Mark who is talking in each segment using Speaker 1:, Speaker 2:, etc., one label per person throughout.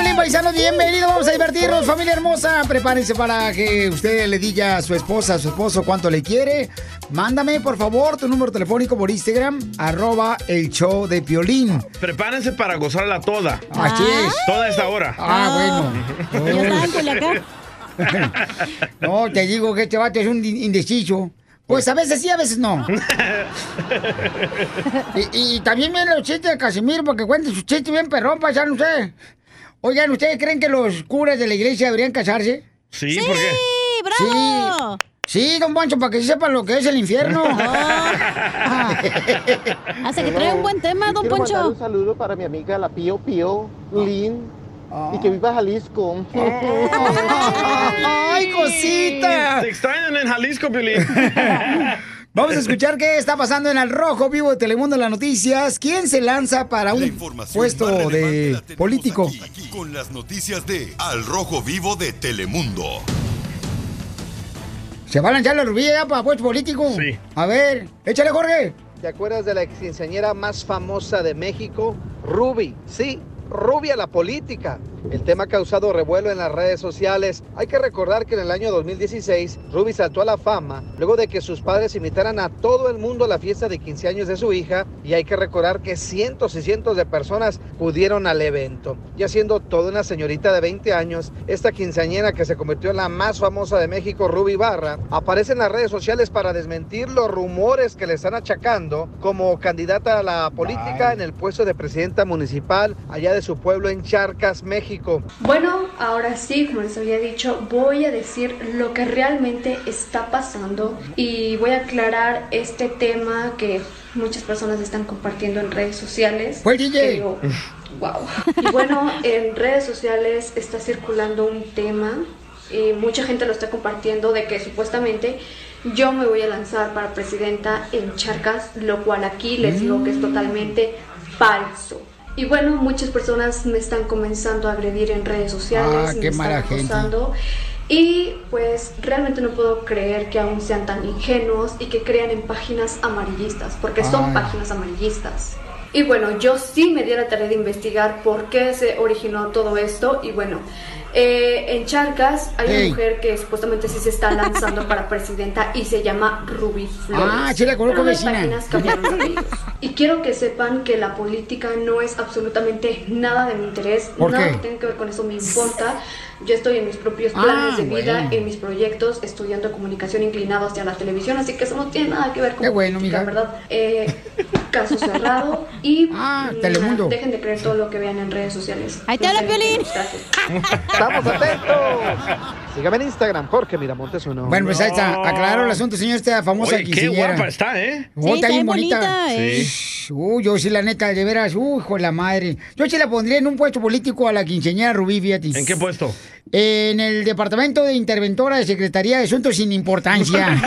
Speaker 1: bien, paisanos, bienvenidos. Vamos a divertirnos, familia hermosa. Prepárense para que usted le diga a su esposa, a su esposo cuánto le quiere. Mándame, por favor, tu número telefónico por Instagram, arroba el show de Piolín.
Speaker 2: Prepárense para gozarla toda.
Speaker 1: Así es.
Speaker 2: Toda esta hora.
Speaker 1: Ah, bueno.
Speaker 2: Yo
Speaker 1: No, te digo que este vato es un in- indeciso. Pues a veces sí, a veces no. Y, y- y también vienen los chistes de Casimiro, porque cuente sus chistes bien perrón, paisanos, ustedes. Oigan, ¿ustedes creen que los curas de la iglesia deberían casarse?
Speaker 2: Sí, ¿por qué?
Speaker 1: ¡Bravo! Sí, sí don Pancho, para que sí sepan lo que es el infierno.
Speaker 3: Hasta que traiga un buen tema, don
Speaker 4: Quiero mandar
Speaker 3: Poncho.
Speaker 4: un saludo para mi amiga la Pío Pío, Lynn, y que viva Jalisco.
Speaker 1: ¡Ay, cosita!
Speaker 2: Te extrañan en Jalisco, Piolín.
Speaker 1: Vamos a escuchar qué está pasando en el Rojo Vivo de Telemundo en las noticias. ¿Quién se lanza para un puesto de político?
Speaker 5: Aquí, con las noticias de Al Rojo Vivo de Telemundo.
Speaker 1: ¿Se va a lanzar la rubia ya para puesto político? Sí. A ver, échale, Jorge.
Speaker 6: ¿Te acuerdas de la quinceañera más famosa de México? Ruby, sí, Ruby a la política. El tema ha causado revuelo en las redes sociales. Hay que recordar que en el año 2016, Ruby saltó a la fama luego de que sus padres invitaran a todo el mundo a la fiesta de 15 años de su hija y hay que recordar que cientos y cientos de personas acudieron al evento. Ya siendo toda una señorita de 20 años, esta quinceañera que se convirtió en la más famosa de México, Ruby Barra, aparece en las redes sociales para desmentir los rumores que le están achacando como candidata a la política en el puesto de presidenta municipal allá de su pueblo en Charcas, México.
Speaker 7: Bueno, ahora sí, como les había dicho, voy a decir lo que realmente está pasando y voy a aclarar este tema que muchas personas están compartiendo en redes sociales.
Speaker 1: Fue el
Speaker 7: Que
Speaker 1: DJ.
Speaker 7: digo, wow. Y bueno, en redes sociales está circulando un tema y mucha gente lo está compartiendo de que supuestamente yo me voy a lanzar para presidenta en Charcas, lo cual aquí les digo que es totalmente falso. Y bueno, muchas personas me están comenzando a agredir en redes sociales,
Speaker 1: Ah,
Speaker 7: me
Speaker 1: qué
Speaker 7: están
Speaker 1: mala gente.
Speaker 7: acosando. Y pues realmente no puedo creer que aún sean tan ingenuos y que crean en páginas amarillistas, porque son
Speaker 8: Ay.
Speaker 7: páginas amarillistas. Y bueno, yo sí me di a la tarea de investigar por qué se originó todo esto. Y bueno, eh, en Charcas hay
Speaker 1: Ey.
Speaker 7: una mujer que supuestamente sí se está lanzando para presidenta y se llama Ruby Flores.
Speaker 1: Ah, sí la conozco,
Speaker 7: Pero las
Speaker 1: vecina.
Speaker 7: páginas cambiaron los apellidos. Y quiero que sepan que la política no es absolutamente nada de mi interés.
Speaker 8: ¿Por
Speaker 7: nada
Speaker 8: qué?
Speaker 7: que tenga que ver con eso me importa. Yo estoy en mis propios
Speaker 8: Ah,
Speaker 7: planes de vida,
Speaker 8: bueno.
Speaker 7: en mis proyectos, estudiando comunicación inclinado hacia la televisión, así que eso no tiene nada que ver con
Speaker 1: Qué bueno,
Speaker 7: política,
Speaker 1: mija.
Speaker 7: ¿verdad? Eh, caso cerrado y mm,
Speaker 1: Ah, Telemundo.
Speaker 7: dejen de creer todo lo que vean en redes sociales.
Speaker 3: Ahí te habla
Speaker 7: Nos vemos.
Speaker 3: Piolín.
Speaker 6: ¡Estamos atentos! Sígame en Instagram, Jorge Miramontes uno.
Speaker 1: Bueno, pues ahí está. Aclaro el asunto, señor, esta famosa
Speaker 2: Oye, qué
Speaker 1: quinceañera.
Speaker 2: guapa está, ¿eh?
Speaker 1: Oh, está bien bonita. ¿eh?
Speaker 2: Sí.
Speaker 1: Shh, Uy, yo sí, la neta, de veras, uy, hijo de la madre. Yo sí la pondría en un puesto político a la quinceañera Rubí, fíjate.
Speaker 2: ¿En qué pues? puesto?
Speaker 1: En el Departamento de Interventora de Secretaría de Asuntos Sin Importancia.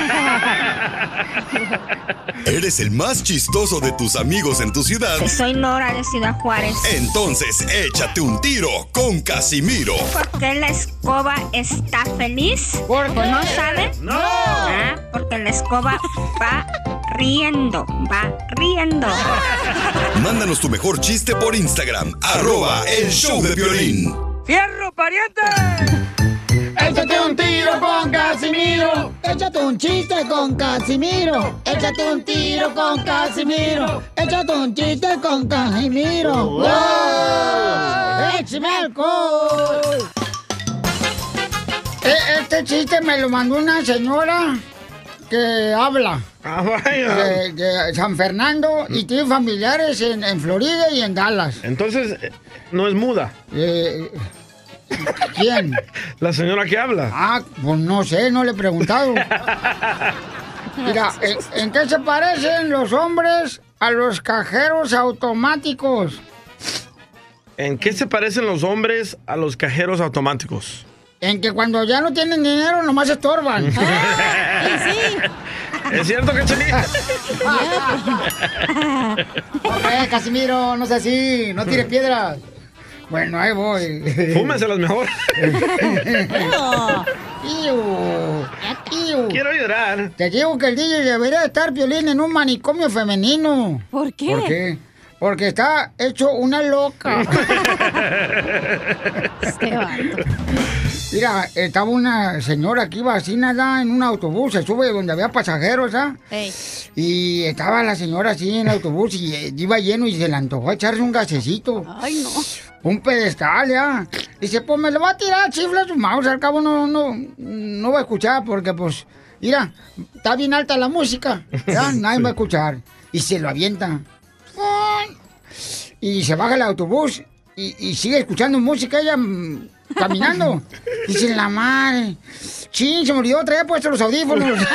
Speaker 5: ¿Eres el más chistoso de tus amigos en tu ciudad?
Speaker 9: Soy Nora de Ciudad Juárez.
Speaker 5: Entonces échate un tiro con Casimiro.
Speaker 9: ¿Por qué la escoba está feliz? ¿Por ¿No sabe? No. Ah, porque la escoba va riendo, va riendo.
Speaker 5: Mándanos tu mejor chiste por Instagram, arroba el show de violín.
Speaker 9: ¡Fierro, pariente!
Speaker 1: Échate un tiro con Casimiro. Échate un chiste con Casimiro. Échate un tiro con Casimiro. Échate un chiste con Casimiro.
Speaker 8: ¡Wow!
Speaker 1: ¡Échame alcohol! E- Este chiste me lo mandó una señora que habla.
Speaker 2: Ah, vaya.
Speaker 1: De, de San Fernando y tiene familiares en, en Florida y en Dallas.
Speaker 2: Entonces, eh, no es muda.
Speaker 1: Eh, ¿Quién?
Speaker 2: La señora que habla.
Speaker 1: Ah, pues no sé, no le he preguntado. Mira, ¿en, en qué se parecen los hombres a los cajeros automáticos?
Speaker 2: ¿En qué se parecen los hombres a los cajeros automáticos?
Speaker 1: En que cuando ya no tienen dinero, nomás estorban.
Speaker 2: ¿Es cierto, Cachanilla?
Speaker 1: Eh, Casimiro, no seas así, no tires piedras. Bueno, ahí voy.
Speaker 2: Fúmenselas mejor.
Speaker 1: Iu, iu.
Speaker 2: Quiero llorar.
Speaker 1: Te digo que el DJ debería estar violín en un manicomio femenino.
Speaker 3: ¿Por qué?
Speaker 1: ¿Por qué? Porque está hecho una loca. Mira, estaba una señora que iba así nada en un autobús, se sube donde había pasajeros, ¿ah? Y estaba la señora así en el autobús y eh, iba lleno y se le antojó echarse un gasecito. Ay, no. Un pedestal, ya. Dice, pues me lo va a tirar, chifla su mouse, al cabo no, no, no va a escuchar porque, pues, mira, está bien alta la música, ya, nadie va a escuchar. Y se lo avienta. Ay. Y se baja el autobús y, y sigue escuchando música ella mm, caminando. Dice, la madre. Chin, se murió, traía puestos los audífonos.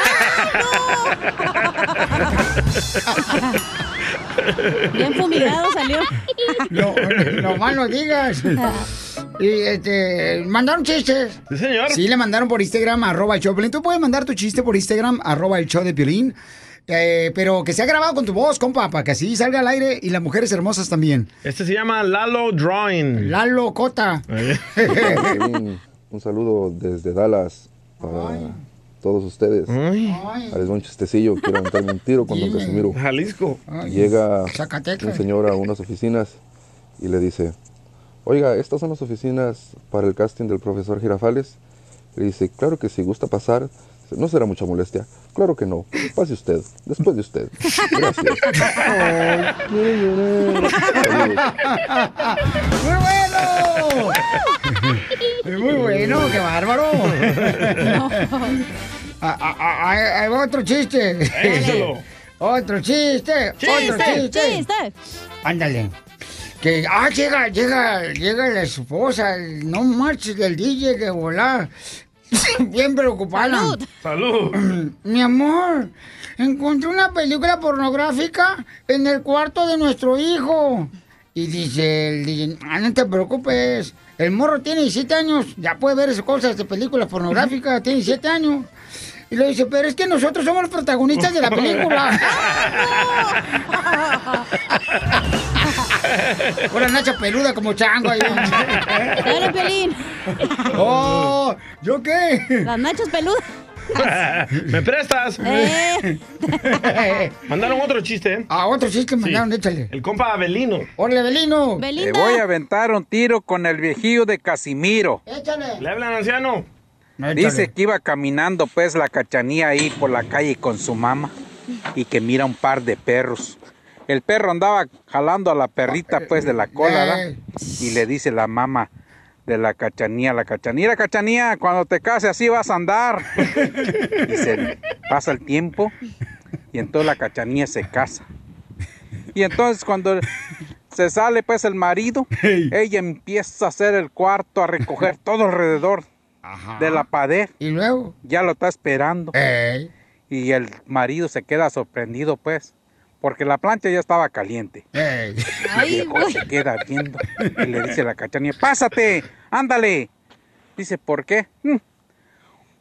Speaker 3: Bien fumigado salió.
Speaker 1: No, no más no digas. Y este, mandaron chistes. Sí,
Speaker 2: señor.
Speaker 1: Sí, le mandaron por Instagram, arroba el show de Piolín. Tú puedes mandar tu chiste por Instagram, arroba el show de Piolín. Eh, pero que sea grabado con tu voz, compa, para que así salga al aire y las mujeres hermosas también.
Speaker 2: Este se llama Lalo Drawing.
Speaker 1: Lalo Cota.
Speaker 10: un, un saludo desde Dallas para todos ustedes. Ahí les va un chistecillo, quiero aventarme un tiro con Don
Speaker 2: Dime.
Speaker 10: Casimiro.
Speaker 2: Jalisco.
Speaker 10: Llega
Speaker 2: Zacatecas.
Speaker 10: un señor a unas oficinas y le dice, oiga, estas son las oficinas para el casting del profesor Girafales. Le dice, claro que si gusta pasar, Dice, no será mucha molestia. Claro que no, pase usted, después de usted. Gracias.
Speaker 1: ¡Muy bueno! Muy bueno, qué bárbaro. Ah, ah, ah, Hay hay otro chiste.
Speaker 3: Échalo.
Speaker 1: Otro chiste. Otro
Speaker 3: ¡Chiste!
Speaker 1: chiste.
Speaker 3: ¡Chiste!
Speaker 1: Ándale. Que, ah, llega, llega, llega la esposa, no marches del DJ de volar. Bien preocupada.
Speaker 3: Salud.
Speaker 2: Salud.
Speaker 1: Mi amor, encontré una película pornográfica en el cuarto de nuestro hijo. Y dice el DJ, "Ah, no te preocupes, el morro tiene 17 años, ya puede ver esas cosas de películas pornográficas, tiene 17 años. Y le dice, pero es que nosotros somos los protagonistas de la película. Una Nacha peluda como chango ahí.
Speaker 3: Dale, Pelín.
Speaker 1: ¡Oh! ¿Yo qué?
Speaker 3: Las nachas peludas.
Speaker 2: ¿Me prestas?
Speaker 3: Eh.
Speaker 2: Mandaron otro chiste. ¿eh?
Speaker 1: Ah, otro chiste mandaron, échale.
Speaker 2: El compa Abelino.
Speaker 1: ¡Órale, Belino!
Speaker 11: Le voy a aventar un tiro con el viejillo de Casimiro.
Speaker 1: ¡Échale!
Speaker 2: ¿Le hablan, anciano?
Speaker 11: Dice que iba caminando pues la cachanía ahí por la calle con su mamá y que mira un par de perros. El perro andaba jalando a la perrita pues de la cola ¿verdad? y le dice la mamá de la cachanía, a la cachanía, "Mira, cachanía, cuando te cases así vas a andar. Y se pasa el tiempo y entonces la cachanía se casa. Y entonces cuando se sale pues el marido, ella empieza a hacer el cuarto, a recoger todo alrededor de la pared.
Speaker 1: Y luego.
Speaker 11: Ya lo está esperando. Y el marido se queda sorprendido pues, porque la plancha ya estaba caliente. El viejo se queda viendo y le dice la cachanilla, pásate, ándale. Dice, ¿por qué? "Mm,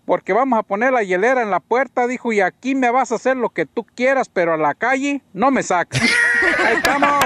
Speaker 11: Porque vamos a poner la hielera en la puerta, dijo, y aquí me vas a hacer lo que tú quieras, pero a la calle no me sacas. Ahí estamos.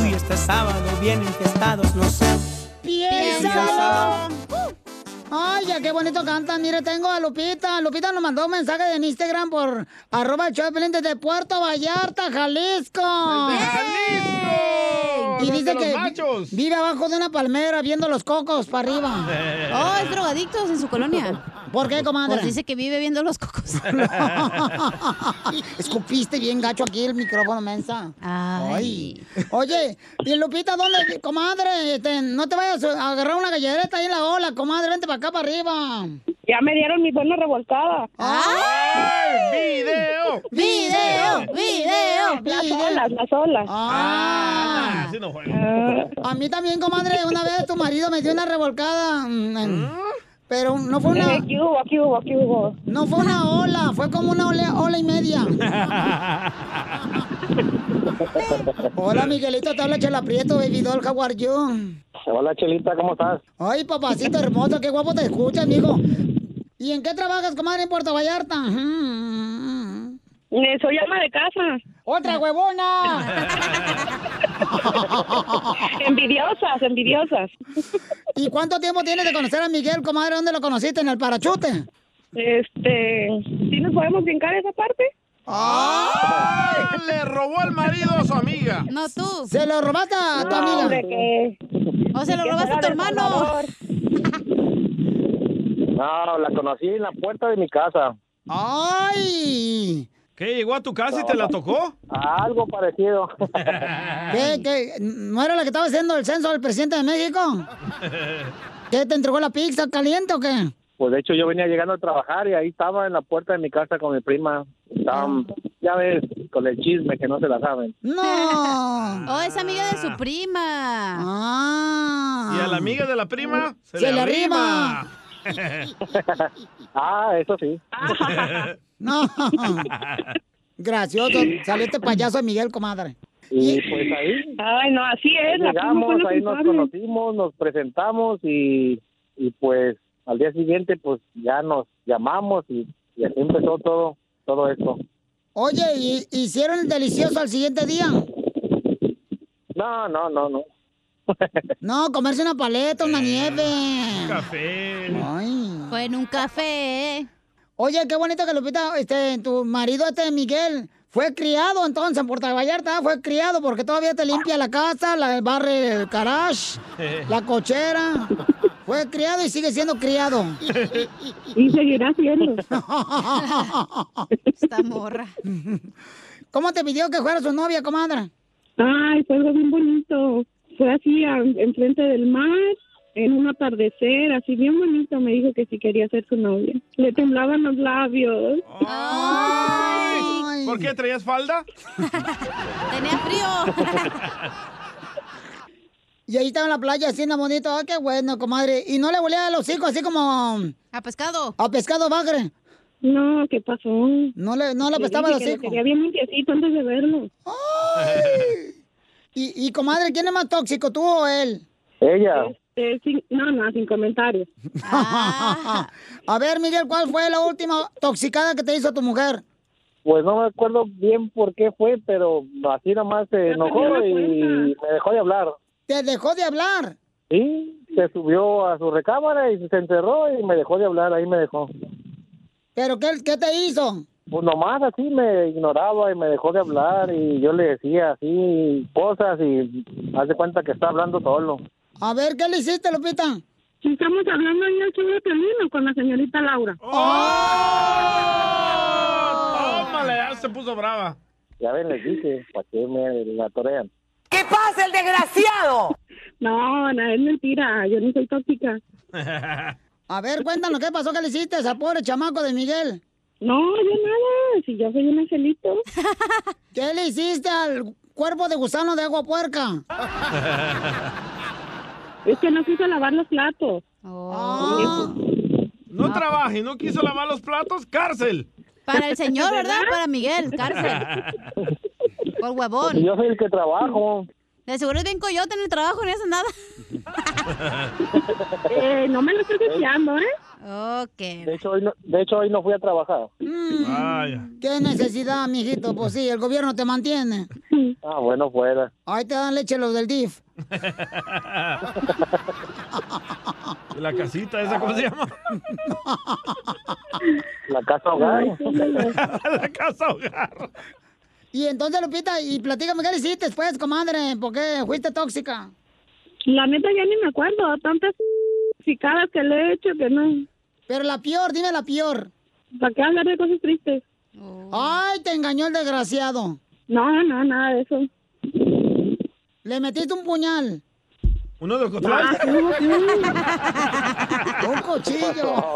Speaker 12: y este sábado bien infestados, no sé.
Speaker 1: Piénsalo. Ay, ya qué bonito cantan. Mire, tengo a Lupita. Lupita nos mandó un mensaje en Instagram por arroba el show de Piolín desde Puerto Vallarta, Jalisco.
Speaker 2: ¡Jalisco!
Speaker 1: Y
Speaker 2: ¡Los de
Speaker 1: dice
Speaker 2: los
Speaker 1: que
Speaker 2: machos!
Speaker 1: vi- vive abajo de una palmera viendo los cocos para arriba.
Speaker 3: Oh, es drogadictos en su colonia.
Speaker 1: ¿Por qué, comadre?
Speaker 3: Pues dice que vive viendo los cocos.
Speaker 1: Escupiste bien gacho aquí el micrófono mensa. Ay. Oye, y Lupita, ¿dónde, comadre? Este, no te vayas a agarrar una gallereta ahí en la ola, comadre, vente para acá, para arriba.
Speaker 8: Ya me dieron mi buena revolcada.
Speaker 3: ¿Ah?
Speaker 1: ¡Ay!
Speaker 2: ¡Video!
Speaker 1: ¡Video! ¡Video!
Speaker 8: Las
Speaker 1: ¡Video!
Speaker 8: olas, las olas.
Speaker 1: Ah.
Speaker 2: Ah.
Speaker 1: A mí también, comadre, una vez tu marido me dio una revolcada. mm, en- Pero no fue una...
Speaker 8: Aquí hubo, aquí hubo, aquí hubo.
Speaker 1: No fue una ola, fue como una ole- ola y media. Hola, Miguelito, te habla Chela Prieto, baby doll, how are you?
Speaker 13: Hola, Chelita, ¿cómo estás?
Speaker 1: Ay, papacito hermoso, qué guapo te escucha, amigo. ¿Y en qué trabajas, comadre, en Puerto Vallarta? Mm.
Speaker 8: Eh, Soy ama de casa.
Speaker 1: ¡Otra huevona!
Speaker 8: envidiosas, envidiosas.
Speaker 1: ¿Y cuánto tiempo tienes de conocer a Miguel, comadre? ¿Dónde lo conociste? ¿En el parachute?
Speaker 8: Este, ¿sí nos podemos brincar esa parte?
Speaker 2: ¡Ay! Le robó el marido a su amiga.
Speaker 3: Ah. No tú.
Speaker 1: Se lo robaste a tu amiga.
Speaker 3: O se lo robaste a tu hermano.
Speaker 13: No, la conocí en la puerta de mi casa.
Speaker 1: ¡Ay!
Speaker 2: ¿Qué? ¿Llegó a tu casa y te la tocó?
Speaker 13: Algo parecido.
Speaker 1: ¿Qué, qué? ¿No era la que estaba haciendo el censo del presidente de México? ¿Qué te entregó la pizza caliente o qué?
Speaker 13: Pues de hecho yo venía llegando a trabajar y ahí estaba en la puerta de mi casa con mi prima. Estaban, ya ves, con el chisme que no se la saben.
Speaker 1: ¡No!
Speaker 3: Oh, es amiga de su prima.
Speaker 1: Ah.
Speaker 2: Y a la amiga de la prima se,
Speaker 1: Se
Speaker 2: le,
Speaker 1: le
Speaker 2: arrima.
Speaker 1: arrima.
Speaker 13: Ah, eso sí.
Speaker 1: No. Gracioso. Salió este payaso de Miguel, comadre.
Speaker 13: Y pues ahí
Speaker 8: Ay, no, así es. la prima fue
Speaker 13: llegamos,
Speaker 8: la
Speaker 13: ahí nos
Speaker 8: culpable.
Speaker 13: conocimos, nos presentamos y, y pues al día siguiente pues ya nos llamamos y, y así empezó todo, todo esto.
Speaker 1: Oye, ¿y hicieron el delicioso al siguiente día?
Speaker 13: No, no, no, no.
Speaker 1: No, comerse una paleta,
Speaker 13: Eh.
Speaker 1: una nieve.
Speaker 2: Café.
Speaker 1: Ay.
Speaker 3: Fue en un café.
Speaker 1: Oye, qué bonito que Lupita, este, tu marido este Miguel fue criado entonces en Puerto Vallarta, fue criado porque todavía te limpia la casa, la barre el garage, la cochera. Fue criado y sigue siendo criado.
Speaker 8: Y seguirá siendo.
Speaker 3: Esta morra.
Speaker 1: ¿Cómo te pidió que fuera su novia, comadre?
Speaker 8: Ay, fue algo bien bonito. Fue así a- enfrente del mar, en un atardecer, así bien bonito. Me dijo que si quería ser su novia. Le temblaban los labios.
Speaker 3: Ah.
Speaker 2: ¿Por qué traías falda?
Speaker 3: Tenía frío.
Speaker 1: Y ahí estaba en la playa, así en bonito. Ah, qué bueno, comadre. ¿Y no le volía a los hijos así como...
Speaker 3: A pescado.
Speaker 1: A pescado, bagre.
Speaker 8: No, ¿qué pasó?
Speaker 1: No le, no le
Speaker 8: Le
Speaker 1: apestaba
Speaker 8: dije
Speaker 1: los
Speaker 8: que lo
Speaker 1: hijos.
Speaker 8: quería bien limpiecito antes de verlo.
Speaker 1: Y, y, comadre, ¿quién es más tóxico, tú o él?
Speaker 13: Ella.
Speaker 8: Este, sin- no, no, sin comentarios.
Speaker 1: a ver, Miguel, ¿cuál fue la última toxicada que te hizo tu mujer?
Speaker 13: Pues no me acuerdo bien por qué fue, pero así nomás se enojó y me dejó de hablar.
Speaker 1: ¿Te dejó de hablar?
Speaker 13: Sí, se subió a su recámara y se encerró y me dejó de hablar, ahí me dejó.
Speaker 1: ¿Pero qué, qué te hizo?
Speaker 13: Pues nomás así me ignoraba y me dejó de hablar y yo le decía así cosas y hace cuenta que está hablando solo.
Speaker 1: A ver, ¿qué le hiciste, Lupita?
Speaker 8: Si estamos hablando ahí aquí de camino con la señorita Laura.
Speaker 2: Tómale, ya se puso brava.
Speaker 13: Ya ven, les dije, para que me la torean.
Speaker 8: ¿Qué pasa, el desgraciado? No, no, es mentira. Yo no soy tóxica.
Speaker 1: A ver, cuéntanos, ¿qué pasó que le hiciste a ese pobre chamaco de Miguel?
Speaker 8: No, yo nada. Si yo soy un angelito.
Speaker 1: ¿Qué le hiciste al cuerpo de gusano de agua puerca?
Speaker 8: Es que no quiso lavar los platos.
Speaker 3: Oh.
Speaker 2: No trabaja y no quiso lavar los platos, cárcel.
Speaker 3: Para el señor, ¿verdad? Para Miguel, cárcel. Por
Speaker 13: Pues
Speaker 3: huevón.
Speaker 13: yo soy el que trabajo.
Speaker 3: De seguro es bien coyote en el trabajo, no hace nada.
Speaker 8: Eh, no me lo estoy deseando, ¿eh?
Speaker 3: Ok.
Speaker 13: De hecho, hoy no, de hecho, hoy no fui a trabajar.
Speaker 1: Mm. ¿Qué necesidad, mijito? Pues sí, el gobierno te mantiene.
Speaker 13: Ah, bueno, fuera.
Speaker 1: Ahí te dan leche los del DIF.
Speaker 2: Y la casita esa, ¿cómo se llama?
Speaker 13: La casa hogar.
Speaker 2: la casa hogar.
Speaker 1: Y entonces, Lupita, y platícame, ¿qué le hiciste después, comadre? ¿Por qué fuiste tóxica?
Speaker 8: La neta ya ni me acuerdo. Tantas cicadas que le he hecho que no.
Speaker 1: Pero la peor, dime la peor.
Speaker 8: ¿Para qué hablar de cosas tristes?
Speaker 1: Ay, te engañó el desgraciado.
Speaker 8: No, no, nada de eso.
Speaker 1: Le metiste un puñal.
Speaker 2: Uno de Ocotlán.
Speaker 1: Ah, sí, sí. un cuchillo.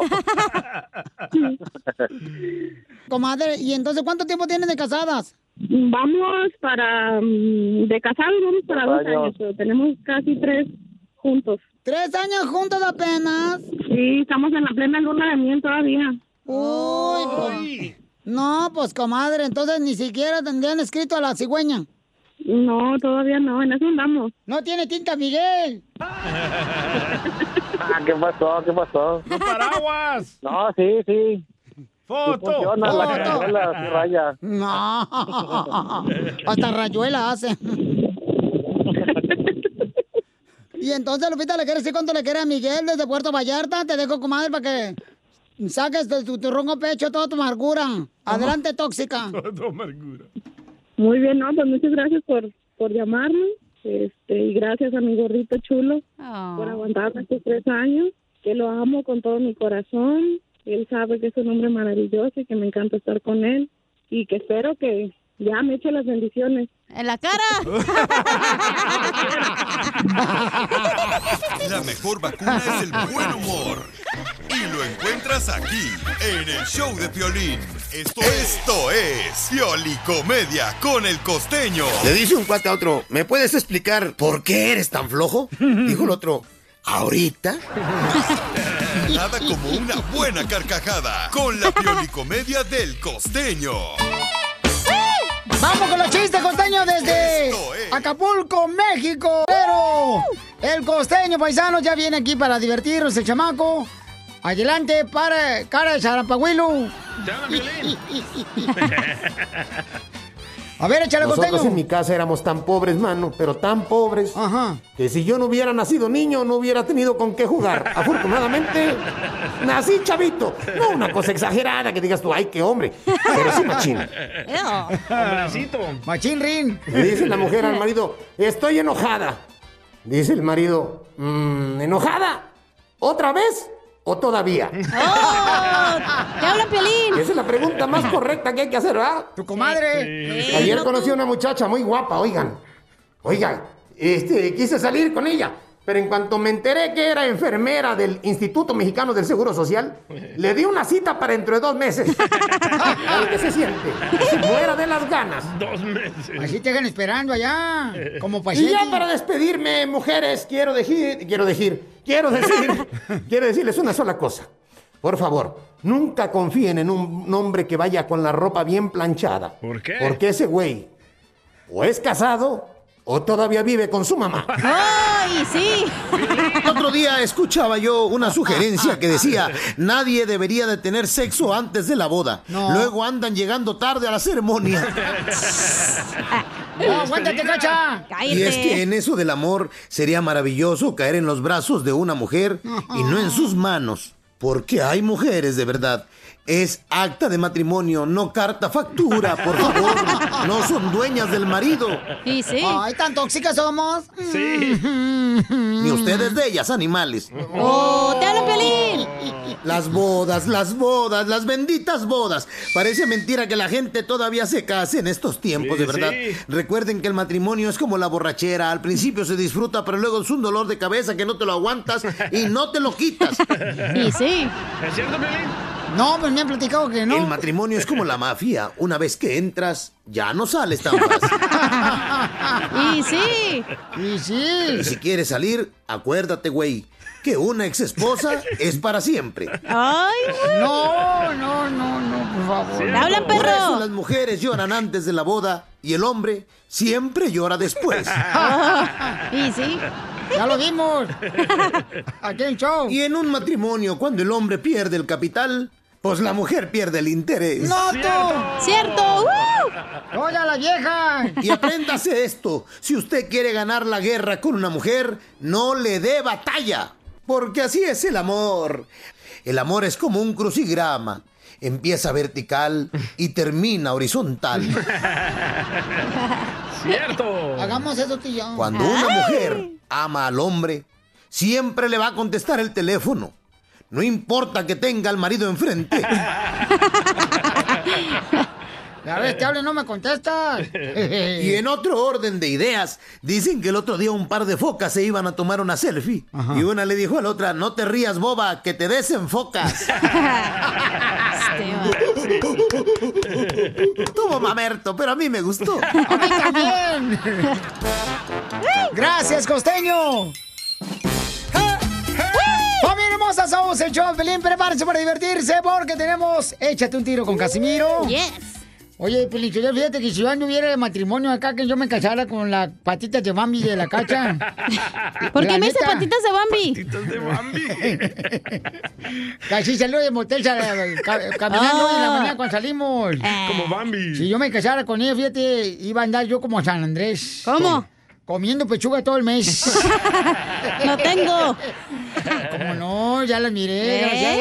Speaker 1: Comadre, ¿y entonces cuánto tiempo tienen de casadas?
Speaker 8: Vamos para. mm, De casados vamos para
Speaker 1: Dos
Speaker 8: dos
Speaker 1: años.
Speaker 8: años. pero tenemos casi tres juntos.
Speaker 14: ¿Tres años juntos apenas?
Speaker 8: Sí, estamos en la plena luna de miel todavía.
Speaker 14: Uy, pues- No, pues comadre, entonces ni siquiera tendrían escrito a la cigüeña.
Speaker 8: No, todavía no, en eso andamos.
Speaker 14: No tiene tinta, Miguel.
Speaker 9: Ah, ¿qué pasó? ¿Qué pasó? ¡No paraguas! No, sí, sí.
Speaker 14: ¡Foto!
Speaker 9: Sí funciona la
Speaker 14: ¡Foto!
Speaker 9: cazuela, sí raya.
Speaker 14: No. Hasta rayuela hace. Y entonces, Lupita, ¿le quiere decir cuánto le quiere a Miguel desde Puerto Vallarta? Te dejo, comadre, para que saques de tu, tu ronco pecho toda tu amargura. Adelante, tóxica.
Speaker 8: Muy bien, no, pues muchas gracias por, por llamarme. Este, y gracias a mi gordito chulo por aguantarme estos tres años, que lo amo con todo mi corazón. Él sabe que es un hombre maravilloso y que me encanta estar con él. Y que espero que ya me eche las bendiciones.
Speaker 3: ¡En la cara!
Speaker 5: La mejor vacuna es el buen humor. Y lo encuentras aquí, en el show de Piolín. Esto, esto es Pioli Comedia con el costeño.
Speaker 15: Le dice un cuate a otro, ¿me puedes explicar por qué eres tan flojo? Dijo el otro, ¿ahorita?
Speaker 5: Nada como una buena carcajada con la Pioli Comedia del costeño.
Speaker 1: Vamos con los chistes, costeño, desde Acapulco, México. Pero el costeño paisano ya viene aquí para divertirnos, el chamaco. Adelante, para cara de Sarapagüilo. A ver, échale,
Speaker 15: Nosotros
Speaker 1: costeño.
Speaker 15: en mi casa éramos tan pobres, mano, pero tan pobres, que si yo no hubiera nacido niño, no hubiera tenido con qué jugar. Afortunadamente, nací chavito. No una cosa exagerada que digas tú, ay, qué hombre, pero sí machín.
Speaker 6: Hombrecito.
Speaker 1: Machín Rin.
Speaker 15: Le dice la mujer al marido, estoy enojada. Dice el marido, "Mm, ¿enojada? ¿Otra vez o todavía?
Speaker 3: Oh, ¡Te habla Piolín!
Speaker 15: Esa es la pregunta más correcta que hay que hacer, ¿verdad?
Speaker 1: Tu comadre.
Speaker 3: Sí.
Speaker 15: Ayer
Speaker 3: Sí,
Speaker 15: conocí a una muchacha muy guapa, oigan. Oigan, este, quise salir con ella, pero en cuanto me enteré que era enfermera del Instituto Mexicano del Seguro Social, le di una cita para dentro de dos meses. A ver qué se siente. Se muera de las ganas.
Speaker 1: Dos meses. Así te dejan esperando allá, como
Speaker 15: Y
Speaker 3: pues,
Speaker 1: paciente.
Speaker 15: ya para despedirme, mujeres, quiero decir, quiero decir, quiero decir, quiero decirles una sola cosa. Por favor, nunca confíen en un hombre que vaya con la ropa bien planchada. ¿Por
Speaker 6: qué?
Speaker 15: Porque ese güey o es casado o todavía vive con su mamá.
Speaker 3: ¡Ay, sí!
Speaker 4: El otro día escuchaba yo una sugerencia que decía, nadie debería de tener sexo antes de la boda. Luego andan llegando tarde a la ceremonia.
Speaker 1: No, aguántate, cacha.
Speaker 4: Y es que en eso del amor sería maravilloso caer en los brazos de una mujer y no en sus manos. Porque hay mujeres de verdad. Es acta de matrimonio, no carta factura, por favor. No son dueñas del marido.
Speaker 14: Sí, sí. Ay, tan tóxicas somos.
Speaker 4: Sí. Ni
Speaker 1: Mm.
Speaker 4: ustedes de ellas, animales.
Speaker 3: ¡Oh, te habla Piolín!
Speaker 4: Las bodas, las bodas, las benditas bodas. Parece mentira que la gente todavía se case en estos tiempos, de
Speaker 15: Sí,
Speaker 4: verdad.
Speaker 15: sí.
Speaker 4: Recuerden que el matrimonio es como la borrachera. Al principio se disfruta, pero luego es un dolor de cabeza que no te lo aguantas y no te lo quitas.
Speaker 3: Y sí.
Speaker 4: ¿Es cierto,
Speaker 1: No, pero me han platicado que no.
Speaker 4: El matrimonio es como la mafia. Una vez que entras, ya no sales tan fácil.
Speaker 3: Y sí.
Speaker 1: Y sí.
Speaker 4: Y Ah, si quieres salir, acuérdate, güey, que una exesposa es para siempre.
Speaker 3: ¡Ay, güey!
Speaker 1: No, no, no, no, por favor.
Speaker 3: ¡Te hablan,
Speaker 4: Por eso las
Speaker 3: perro!
Speaker 4: mujeres lloran antes de la boda y el hombre siempre llora después.
Speaker 3: Y sí.
Speaker 1: Ya lo vimos. Aquí en show.
Speaker 4: Y en un matrimonio, cuando el hombre pierde el capital, pues la mujer pierde el interés.
Speaker 1: ¡No, tú!
Speaker 3: ¡Cierto!
Speaker 15: uh.
Speaker 1: ¡Oye, la vieja!
Speaker 4: Y apréndase esto, si usted quiere ganar la guerra con una mujer, no le dé batalla, porque así es el amor. El amor es como un crucigrama, empieza vertical y termina horizontal.
Speaker 6: Cierto.
Speaker 1: Hagamos eso, tío.
Speaker 4: Cuando una mujer ama al hombre, siempre le va a contestar el teléfono. No importa que tenga al marido enfrente.
Speaker 1: A ver, te hablo y no me contestas.
Speaker 4: Y en otro orden de ideas, dicen que el otro día un par de focas se iban a tomar una selfie. Y una le dijo a la otra, no te rías, boba, que te desenfocas. Tuvo mamerto, pero a mí me gustó.
Speaker 1: Gracias, costeño. hermosa, somos el show. Pelín, prepárense para divertirse porque tenemos Échate un tiro con Casimiro.
Speaker 3: Yes.
Speaker 1: Oye, Pelín, yo fíjate que si yo anduviera de matrimonio acá, que yo me casara con las patitas de Bambi de la cacha.
Speaker 3: ¿Por
Speaker 1: La
Speaker 3: qué me dice
Speaker 1: neta.
Speaker 3: patitas de Bambi?
Speaker 1: Casi salió de motel sal- eh, ca- caminando
Speaker 3: Ah.
Speaker 1: en la mañana cuando salimos.
Speaker 2: Como Bambi.
Speaker 1: Si yo me casara con ella, fíjate, iba a andar yo como San Andrés. ¿Cómo? Comiendo pechuga todo el mes.
Speaker 3: No tengo. ¿Eh?
Speaker 1: ¿Cómo no? Ya la miré.
Speaker 2: ¡Ey!
Speaker 1: gracias.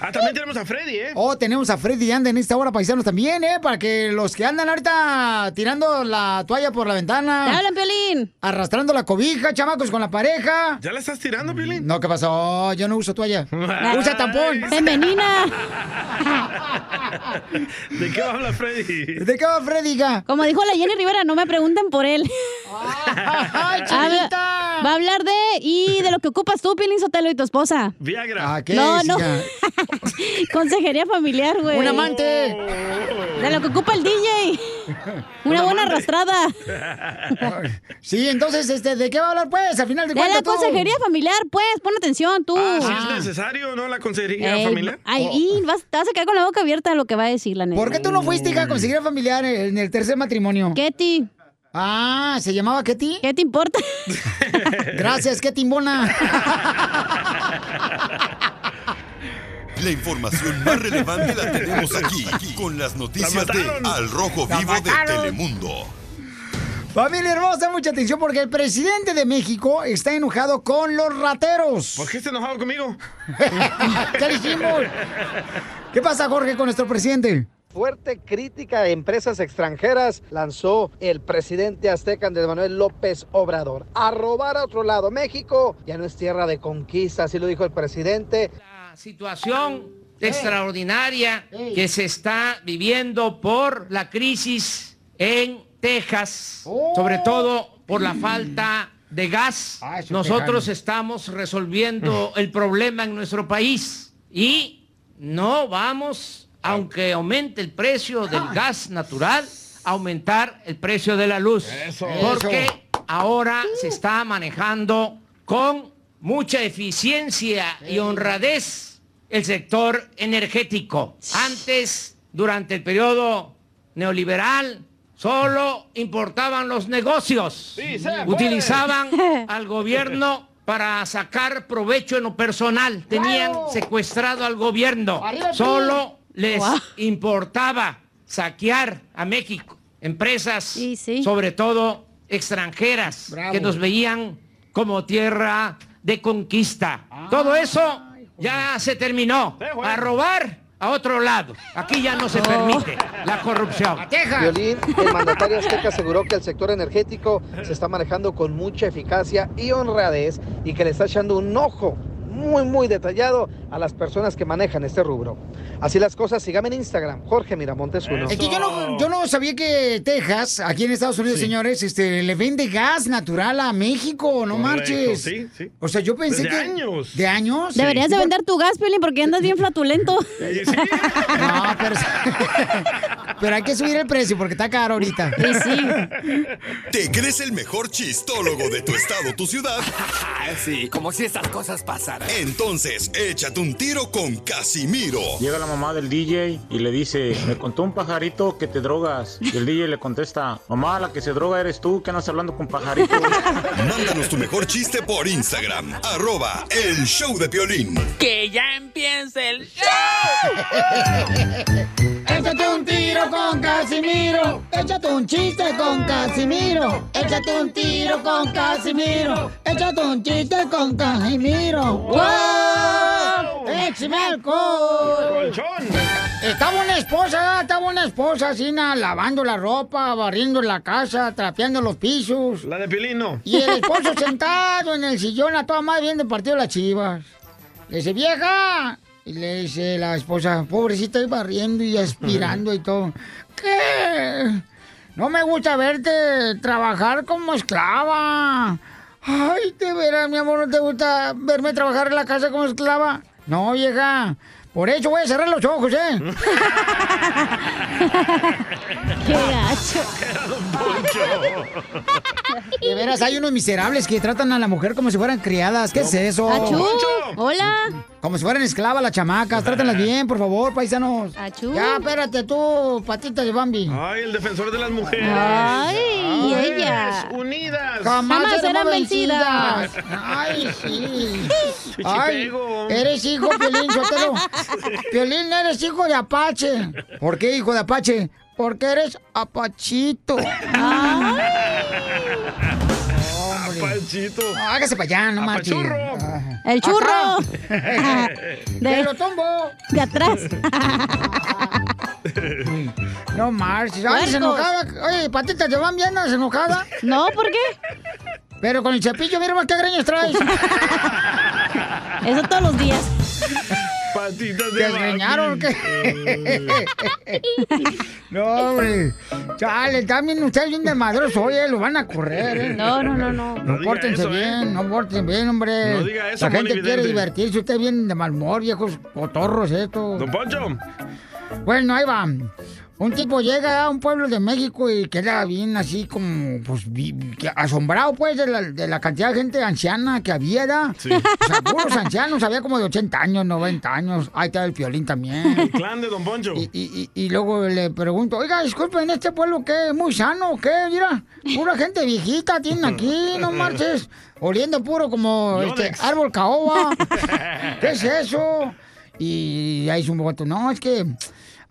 Speaker 2: Ah, también tenemos a Freddy, ¿eh?
Speaker 1: Oh, tenemos a Freddy Anda en esta hora, paisanos, también, ¿eh? Para que los que andan ahorita tirando la toalla por la ventana.
Speaker 3: Te hablan,
Speaker 1: Piolín! Arrastrando la cobija, chamacos con la pareja.
Speaker 2: ¿Ya la estás tirando, Pilín?
Speaker 1: No, ¿qué pasó? Yo no uso toalla. Usa tampón. Femenina.
Speaker 2: ¿De qué habla Freddy?
Speaker 1: ¿De qué va Freddy?
Speaker 3: Como dijo la Jenny Rivera, no me pregunten por él.
Speaker 1: Habla-
Speaker 3: va a hablar de y de lo que ocupas tú, Pilín Sotelo y tu esposa.
Speaker 1: Ah,
Speaker 2: Viagra.
Speaker 3: no, no. Consejería familiar, güey.
Speaker 2: Un amante.
Speaker 3: De lo que ocupa el DJ. Una buena arrastrada.
Speaker 1: Sí, entonces, este, ¿de qué va a hablar, pues? Al final de
Speaker 3: De la
Speaker 1: cuentas, tú.
Speaker 3: consejería familiar, pues. Pon atención, tú.
Speaker 2: Ah, si es necesario, ¿no? La consejería
Speaker 3: Ey,
Speaker 2: familiar.
Speaker 3: Ay, y vas, te vas a quedar con la boca abierta de lo que va a decir la neta.
Speaker 1: ¿Por qué tú no fuiste hija, a conseguir familiar en el tercer matrimonio?
Speaker 3: Ketty.
Speaker 1: Ah, ¿se llamaba Ketty?
Speaker 3: ¿Qué te importa?
Speaker 1: Gracias, Ketty Timbona.
Speaker 5: La información más relevante la tenemos aquí, aquí, con las noticias de Al Rojo
Speaker 1: La
Speaker 5: Vivo de
Speaker 1: mataron.
Speaker 5: Telemundo.
Speaker 1: Familia hermosa, mucha atención porque el presidente de México está enojado con los rateros.
Speaker 2: ¿Por qué está enojado conmigo?
Speaker 1: ¿Qué dijimos? ¿Qué pasa, Jorge, con nuestro presidente?
Speaker 6: Fuerte crítica a empresas extranjeras lanzó el presidente azteca Andrés Manuel López Obrador. A robar a otro lado. México ya no es tierra de conquista, así lo dijo el presidente.
Speaker 16: situación extraordinaria que se está viviendo por la crisis en Texas, sobre todo por la falta de gas.
Speaker 1: esos
Speaker 16: Nosotros
Speaker 1: tejanos.
Speaker 16: estamos resolviendo el problema en nuestro país y no vamos, aunque aumente el precio del gas natural, a aumentar el precio de la luz. Porque ahora se está manejando con mucha eficiencia y honradez el sector energético. Antes, durante el periodo neoliberal, solo importaban los negocios.
Speaker 2: se
Speaker 16: Utilizaban al gobierno para sacar provecho en lo personal. Tenían secuestrado al gobierno.
Speaker 1: Arriba el
Speaker 16: Solo
Speaker 1: PRI.
Speaker 16: les
Speaker 1: Guau.
Speaker 16: importaba saquear a México. Empresas, sobre todo extranjeras,
Speaker 1: Bravo.
Speaker 16: que nos veían como tierra de conquista.
Speaker 1: Ah.
Speaker 16: Todo eso ya se terminó. A robar a otro lado. Aquí ya
Speaker 1: Oh.
Speaker 16: no se permite la corrupción.
Speaker 6: Violín, el mandatario azteca aseguró que el sector energético se está manejando con mucha eficacia y honradez y que le está echando un ojo muy, muy detallado a las personas que manejan este rubro. Así las cosas, sígame en Instagram, Jorge Miramontes
Speaker 2: Pues
Speaker 6: uno.
Speaker 1: Es que yo no, yo no sabía que Texas, aquí en Estados Unidos, señores, este, le vende gas natural a México, no
Speaker 2: Correcto,
Speaker 1: marches.
Speaker 2: sí, sí.
Speaker 1: O sea, yo pensé
Speaker 2: Desde
Speaker 1: que.
Speaker 2: años.
Speaker 1: ¿De años?
Speaker 3: Deberías de
Speaker 1: ¿Y por-
Speaker 3: vender tu gas, Piolín, porque andas bien flatulento.
Speaker 1: No, pero, pero hay que subir el precio porque está caro ahorita.
Speaker 5: ¿Te crees el mejor chistólogo de tu estado, tu ciudad? Ah, sí, como si estas cosas pasaran. Entonces, échate un tiro con Casimiro.
Speaker 17: Llega la mamá del DJ y le dice, me contó un pajarito que te drogas. Y el DJ le contesta, mamá, la que se droga eres tú, que andas hablando con pajaritos.
Speaker 5: Mándanos tu mejor chiste por Instagram, arroba el show de Piolín.
Speaker 12: Que ya empiece el
Speaker 9: Échate un tiro con Casimiro. Échate un chiste con Casimiro. Échate un tiro con Casimiro. Échate un chiste con Casimiro. ¡Wow! ¡Échame alcohol!
Speaker 1: Estaba una esposa, estaba una esposa así, na, lavando la ropa, barriendo la casa, trapeando los pisos.
Speaker 2: La de Pilín, no.
Speaker 1: Y el esposo sentado en el sillón a toda madre viendo el partido de las chivas. Le dice, vieja. Y le dice la esposa, pobrecita, y barriendo y aspirando y todo. ¿Qué? No me gusta verte trabajar como esclava. Ay, de veras, mi amor, ¿no te gusta verme trabajar en la casa como esclava? No, vieja. Por eso voy a cerrar los ojos, ¿eh?
Speaker 3: Qué gacho.
Speaker 12: show.
Speaker 1: De veras, hay unos miserables que tratan a la mujer como si fueran criadas. ¿Qué es eso?
Speaker 3: Achú. Hola.
Speaker 1: Como si fueran esclavas las chamacas. Trátenlas bien, por favor, paisanos.
Speaker 3: Achú.
Speaker 9: Ya, espérate tú, patita de Bambi.
Speaker 2: Ay, el defensor de las mujeres.
Speaker 9: Ay,
Speaker 2: Ay,
Speaker 9: ella.
Speaker 2: Unidas.
Speaker 9: Jamás serán
Speaker 3: Jamás serán
Speaker 9: vencidas.
Speaker 3: vencidas.
Speaker 9: Ay, sí.
Speaker 1: Ay,
Speaker 9: Eres hijo, Piolín, Sotelo. Piolín, eres hijo de Apache.
Speaker 1: ¿Por qué, hijo de Apache?
Speaker 9: Porque eres apachito.
Speaker 3: Ah,
Speaker 2: Apachito.
Speaker 1: Hágase para allá, no marches.
Speaker 2: Apachurro.
Speaker 1: Ah.
Speaker 3: El churro.
Speaker 1: Acá. Te lo tombo.
Speaker 3: De atrás.
Speaker 1: No marches. Ay, se
Speaker 9: Puercos.
Speaker 1: enojaba. Oye, patita, ¿te van bien? ¿Se enojada?
Speaker 3: No, ¿por qué?
Speaker 1: Pero con el cepillo, mira más qué greñas traes.
Speaker 3: Eso todos los días.
Speaker 2: Patitas
Speaker 1: ¿Te desgreñaron o qué? no, hombre. Chale, también ustedes bien de madroso, oye, lo van a correr, ¿eh?
Speaker 3: No, no, no, no.
Speaker 1: No,
Speaker 3: diga
Speaker 1: pórtense
Speaker 3: eso, ¿eh?
Speaker 1: bien, no pórtense bien, hombre.
Speaker 2: No diga eso,
Speaker 1: La gente
Speaker 2: monividente.
Speaker 1: quiere divertirse, usted viene de mal humor, viejos cotorros estos.
Speaker 2: Don Poncho.
Speaker 1: Bueno, ahí va. Un tipo llega a un pueblo de México y queda bien así como, pues, vi- que asombrado, pues, de la, de la cantidad de gente anciana que había, ¿verdad?
Speaker 2: Sí.
Speaker 1: O sea, puros ancianos, había como de 80 años, 90 años. Ahí está el violín también.
Speaker 2: El clan de Don Poncho.
Speaker 1: Y, y luego le pregunto, oiga, disculpen, ¿este pueblo qué? ¿Muy sano o qué? Mira, pura gente viejita tienen aquí, no marches. Oliendo puro como este
Speaker 9: Yodex.
Speaker 1: árbol caoba. ¿Qué es eso? Y ahí es un voto, no, es que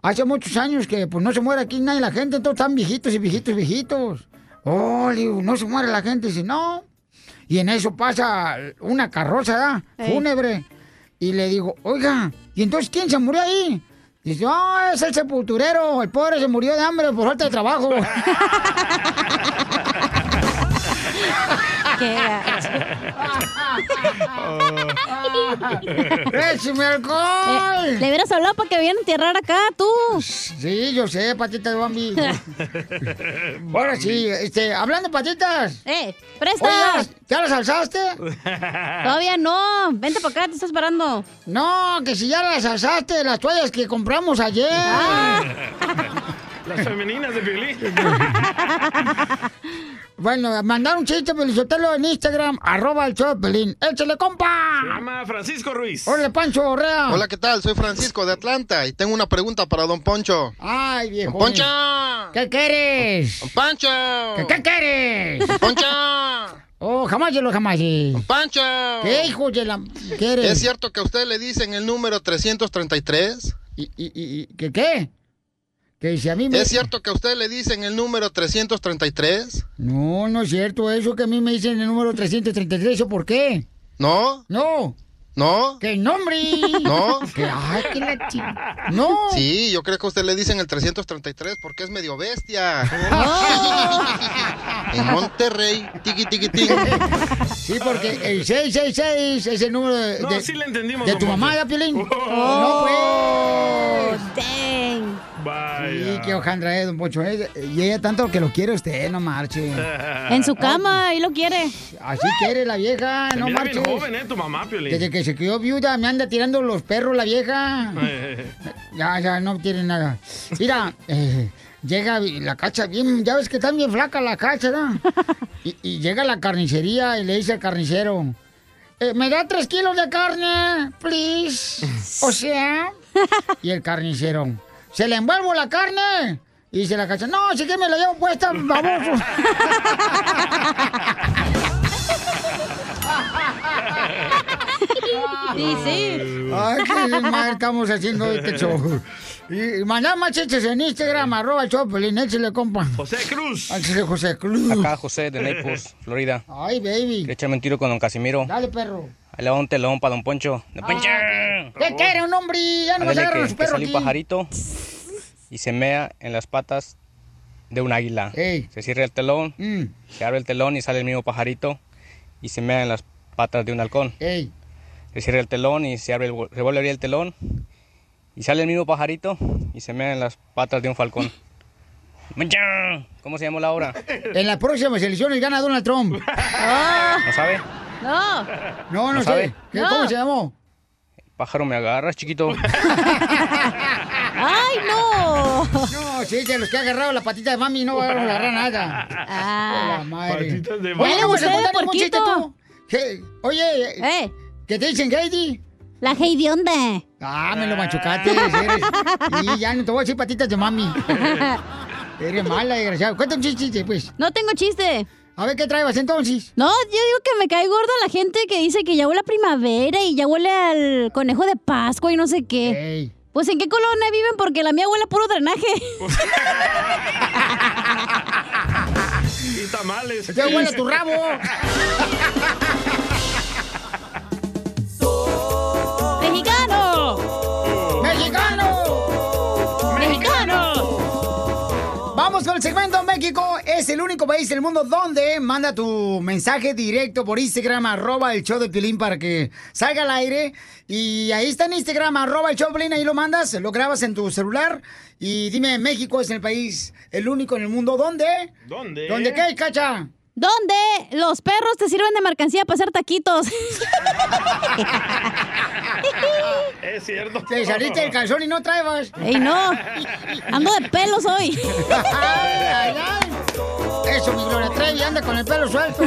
Speaker 1: hace muchos años que pues no se muere aquí nadie la gente, todos están viejitos y viejitos y viejitos. Oh, le digo, no se muere la gente, dice, no. Y en eso pasa una carroza, ¿da?
Speaker 9: Ey.
Speaker 1: Fúnebre. Y le digo, oiga, ¿y entonces quién se murió ahí? Dice, ah, es el sepulturero, el pobre se murió de hambre por falta de trabajo.
Speaker 3: Qué
Speaker 1: ¡Écheme alcohol!
Speaker 3: le hubieras hablado para que viene a enterrar acá, tú.
Speaker 1: Sí, yo sé, patita de Bambi. Ahora sí, este, hablando de patitas.
Speaker 3: ¡Eh! ¡Presta!
Speaker 1: Oiga, ¿Ya las alzaste?
Speaker 3: Todavía no. Vente para acá, te estás parando.
Speaker 1: No, que si ya las alzaste, las toallas que compramos ayer.
Speaker 2: Ah.
Speaker 3: Ah.
Speaker 2: Las femeninas de Piolín.
Speaker 1: Bueno, mandar un chiste, Pelizotelo, en Instagram, arroba el show de Pelín. ¡Échale, compa!
Speaker 2: Llama Francisco Ruiz.
Speaker 1: ¡Hola, Pancho Orrea!
Speaker 15: Hola, ¿qué tal? Soy Francisco de Atlanta y tengo una pregunta para don Poncho.
Speaker 1: ¡Ay, viejo!
Speaker 15: Don Poncho.
Speaker 1: ¿Qué quieres?
Speaker 15: Don Pancho.
Speaker 1: ¿Qué, qué quieres?
Speaker 15: Don Poncho.
Speaker 1: ¡Oh, jamás yo lo jamás!
Speaker 15: Pancho.
Speaker 1: ¿Qué hijo de la... ¿Qué eres?
Speaker 15: ¿Es cierto que a usted le dicen el número 333?
Speaker 1: ¿Y, y, y qué qué? Que si a mí me...
Speaker 15: ¿Es cierto que a usted le dicen el número 333?
Speaker 1: No, no es cierto eso que a mí me dicen el número 333, ¿eso por qué?
Speaker 15: ¿No?
Speaker 1: No.
Speaker 15: ¿No?
Speaker 1: ¿Qué nombre?
Speaker 15: ¿No?
Speaker 1: Que- ay, que la chi- No.
Speaker 15: Sí, yo creo que a usted le dicen el 333 porque es medio bestia. en Monterrey, tiqui tiqui tiqui.
Speaker 1: Sí, porque el 666 es el número de,
Speaker 15: No,
Speaker 1: de-
Speaker 15: sí le entendimos,
Speaker 1: de
Speaker 15: don
Speaker 1: tu mamá,
Speaker 15: Poncho.
Speaker 1: ¿ya, Piolín?
Speaker 3: Oh,
Speaker 1: No,
Speaker 2: Oh,
Speaker 1: pues.
Speaker 3: dang.
Speaker 1: Sí, qué hojandra es, don Pocho. eh. Y ella tanto que lo quiere usted, no marche.
Speaker 3: En su cama, ahí lo quiere.
Speaker 1: Así quiere la vieja,
Speaker 2: Te
Speaker 1: no
Speaker 2: mira
Speaker 1: marches.
Speaker 2: bien joven, ¿eh? Tu mamá, Piolín.
Speaker 1: Desde que se quedó viuda me anda tirando los perros la vieja.
Speaker 2: Eh,
Speaker 1: Ya, ya, no tiene nada. Mira, eh, llega la cacha bien, ya ves que está bien flaca la cacha, ¿no? Y, y llega a la carnicería y le dice al carnicero, "Eh, me da tres kilos de carne, please. O sea... Y el carnicero, ¿se le envuelvo la carne? Y dice la cacha, no, si que me la llevo puesta, baboso.
Speaker 3: Sí, sí.
Speaker 1: Ay, qué mal estamos haciendo este show. Y, y mandá más chistes en Instagram, arroba el show, Pelín, échale, compa.
Speaker 2: José Cruz.
Speaker 1: José Cruz.
Speaker 18: Acá José de Naples, Florida.
Speaker 1: Ay, baby.
Speaker 18: Le echa un tiro con don Casimiro.
Speaker 1: Dale, Ah, perro.
Speaker 18: Ahí le va un telón para don Poncho. Don Poncho.
Speaker 1: ¿Qué quiere un hombre? Ya no me
Speaker 18: Ándale,
Speaker 1: agarran los
Speaker 18: que, que
Speaker 1: perros
Speaker 18: sale un
Speaker 1: aquí.
Speaker 18: pajarito y se mea en las patas de un águila. Se cierra el telón,
Speaker 1: Mm.
Speaker 18: se abre el telón y sale el mismo pajarito y se mea en las patas de un halcón.
Speaker 1: Ey.
Speaker 18: Se cierra el telón y se abre, el, se vuelve a abrir el telón y sale el mismo pajarito y se mea en las patas de un falcón. Poncho, ¿Cómo se llamó la obra?
Speaker 1: En las próximas elecciones gana Donald Trump.
Speaker 18: ¿No sabe?
Speaker 3: No.
Speaker 1: No, no,
Speaker 18: ¿No
Speaker 1: sé.
Speaker 18: sabe?
Speaker 1: ¿Qué- ¿Cómo
Speaker 18: No.
Speaker 1: se llamó?
Speaker 18: Pájaro, me agarras, chiquito.
Speaker 3: ¡Ay, no!
Speaker 1: No, sí, de los que ha agarrado la patita de mami no va a agarrar nada.
Speaker 3: Ah.
Speaker 1: La madre.
Speaker 3: Patitas de
Speaker 1: Oye,
Speaker 3: mami.
Speaker 1: ¿no vas a
Speaker 3: Dale,
Speaker 1: contar ningún
Speaker 3: Porquito.
Speaker 1: chiste tú? ¿Qué? Oye,
Speaker 18: Eh.
Speaker 1: ¿qué te dicen, Heidi?
Speaker 3: La Heidi, ¿dónde?
Speaker 1: Ah, me lo machucaste. eres. Y ya no te voy a decir patitas de mami. Eres mala, desgraciado. Cuéntame un chiste, pues.
Speaker 3: No tengo chiste.
Speaker 1: A ver, ¿qué traebas entonces?
Speaker 3: No, yo digo que me cae gorda la gente que dice que ya huele a primavera y ya huele al conejo de Pascua y no sé qué. Pues en qué colonia viven porque la mía huele a puro drenaje.
Speaker 2: Y tamales.
Speaker 1: Te Pues, Este huele a tu rabo.
Speaker 3: ¡Mexicano!
Speaker 1: ¡Mexicano! ¡Mexicano! Vamos con el segmento México. Es el único país del mundo donde manda tu mensaje directo por Instagram, arroba el show de Piolín para que salga al aire. Y ahí está en Instagram, arroba el show de Piolín, ahí lo mandas, lo grabas en tu celular. Y dime, México es el país, el único en el mundo donde...
Speaker 2: ¿Dónde?
Speaker 1: ¿Dónde qué, cacha?
Speaker 3: ¿Dónde los perros te sirven de mercancía para hacer taquitos?
Speaker 2: Es cierto.
Speaker 1: Te saliste del calzón y no traebas.
Speaker 3: ¡Ey, no! Ando de pelos hoy.
Speaker 1: Ay, ay, ay. Eso, mi Gloria Trevi, anda con el pelo suelto.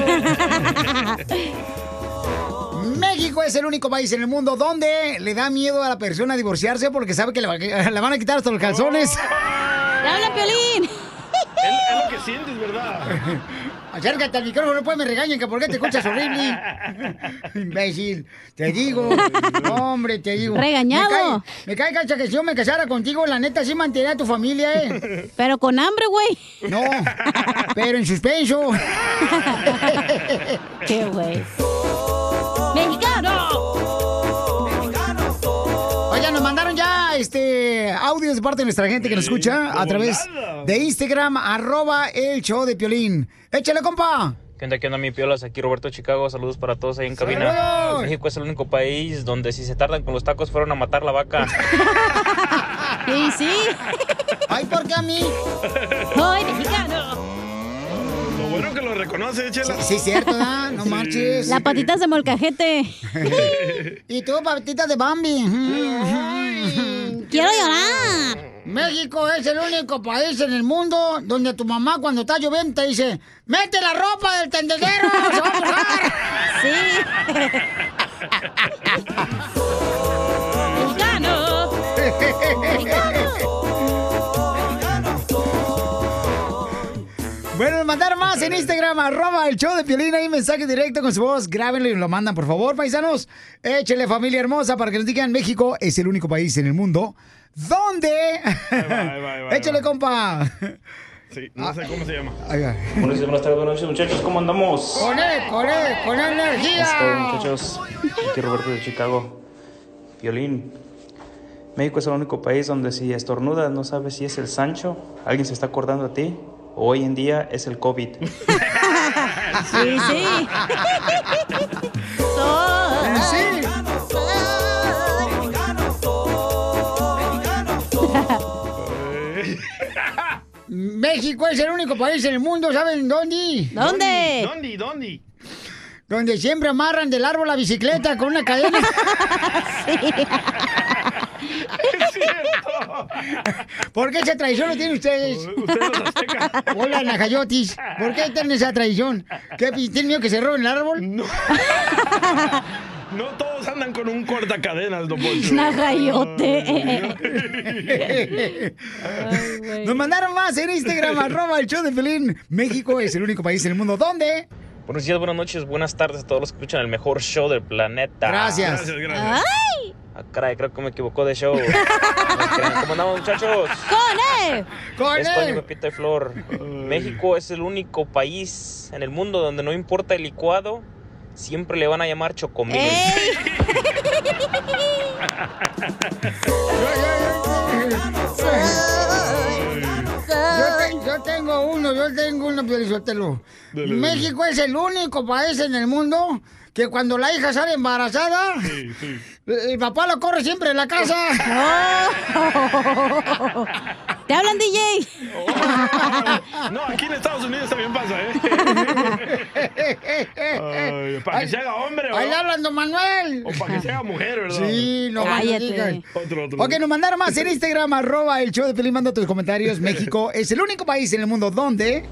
Speaker 1: México es el único país en el mundo donde le da miedo a la persona divorciarse porque sabe que le, va- le van a quitar hasta los calzones.
Speaker 3: ¡Ya habla Piolín!
Speaker 2: Es, es lo que sientes, ¿verdad?
Speaker 1: Acércate al micrófono, pues me regañen que por qué te escuchas horrible. Imbécil, te digo. Hombre, te digo.
Speaker 3: Regañado.
Speaker 1: Me cae, me cae, cacha, que si yo me casara contigo, la neta sí mantendría a tu familia, ¿eh?
Speaker 3: Pero con hambre, güey.
Speaker 1: No, pero en suspenso.
Speaker 3: ¡Qué güey! ¡Mexicano!
Speaker 1: Oigan, nos mandaron ya este audios de parte de nuestra gente que nos escucha a través de Instagram, arroba el show de Piolín. Échale, compa.
Speaker 19: ¿Qué onda, qué onda, mi piolas? Aquí Roberto de Chicago. Saludos para todos ahí en cabina.
Speaker 1: ¡Saludos!
Speaker 19: México es el único país donde si se tardan con los tacos fueron a matar la vaca.
Speaker 3: Sí, sí.
Speaker 1: Ay, ¿por qué a mí?
Speaker 3: Soy mexicano.
Speaker 2: Lo bueno que lo reconoce, échela.
Speaker 1: Sí, cierto, ¿verdad? No marches.
Speaker 3: La patita de molcajete.
Speaker 1: Y tú, patitas de Bambi.
Speaker 3: Quiero llorar.
Speaker 1: México es el único país en el mundo donde tu mamá cuando está lloviendo te dice, mete la ropa del tendedero, se va a mojar.
Speaker 3: Sí.
Speaker 1: Mexicano. Bueno, mandar más en Instagram, arroba el show de Piolín, ahí mensaje directo con su voz, grábenlo y lo mandan, por favor, paisanos. Échele familia hermosa para que nos digan, México es el único país en el mundo donde... Échele, compa.
Speaker 2: Sí, no sé cómo se llama.
Speaker 1: Ay, ay.
Speaker 19: Buenos días, buenas tardes, buenas noches, muchachos. ¿Cómo andamos?
Speaker 1: Con él, con él, con
Speaker 19: Es todo,
Speaker 1: energía.
Speaker 19: muchachos. Aquí Roberto de Chicago. Violín. México es el único país donde si estornudas no sabes si es el Sancho, alguien se está acordando a ti, o hoy en día es el COVID.
Speaker 3: Sí, sí. Soy
Speaker 1: Sí. México es el único país en el mundo, ¿saben dónde?
Speaker 2: ¿Dónde? ¿Dónde?
Speaker 1: Donde siempre amarran del árbol la bicicleta con una cadena. ¿Por qué esa traición lo tienen ustedes? Hola, Najayotis. ¿Por qué tienen esa traición? ¿Qué, ¿Tienen miedo que se roben el árbol?
Speaker 2: No todos andan con un cortacadenas, don Poncho.
Speaker 3: Najayote.
Speaker 1: Nos mandaron más en Instagram, arroba el show de Pelín. México es el único país en el mundo donde...
Speaker 19: Buenos días, buenas noches, buenas tardes a todos los que escuchan el mejor show del planeta.
Speaker 1: Gracias. Ah,
Speaker 19: Acá
Speaker 3: ¡Ay!
Speaker 19: Ah, caray, creo que me equivocó de show. ¿Cómo andamos, muchachos?
Speaker 3: ¡Con él!
Speaker 19: Es Toño, Pepita y Flor. México es el único país en el mundo donde no importa el licuado, siempre le van a llamar chocomil.
Speaker 1: Eh. Yo, te- yo tengo uno, yo tengo uno, Piorizotelo.
Speaker 9: Dale, dale.
Speaker 1: México es el único país en el mundo que cuando la hija sale embarazada, el papá lo corre siempre en la casa.
Speaker 3: ¡Te hablan, DJ!
Speaker 2: No, aquí en Estados Unidos también pasa, ¿eh? Ay, para que se haga hombre,
Speaker 1: Ahí le
Speaker 2: ¿no?
Speaker 1: hablan, don Manuel.
Speaker 2: O para que se haga mujer, ¿verdad?
Speaker 1: Sí, no más le digan.
Speaker 2: Otro, otro.
Speaker 1: Ok, nos mandaron más en Instagram, arroba el show de Pelín, manda tus comentarios. México es el único país en el mundo donde...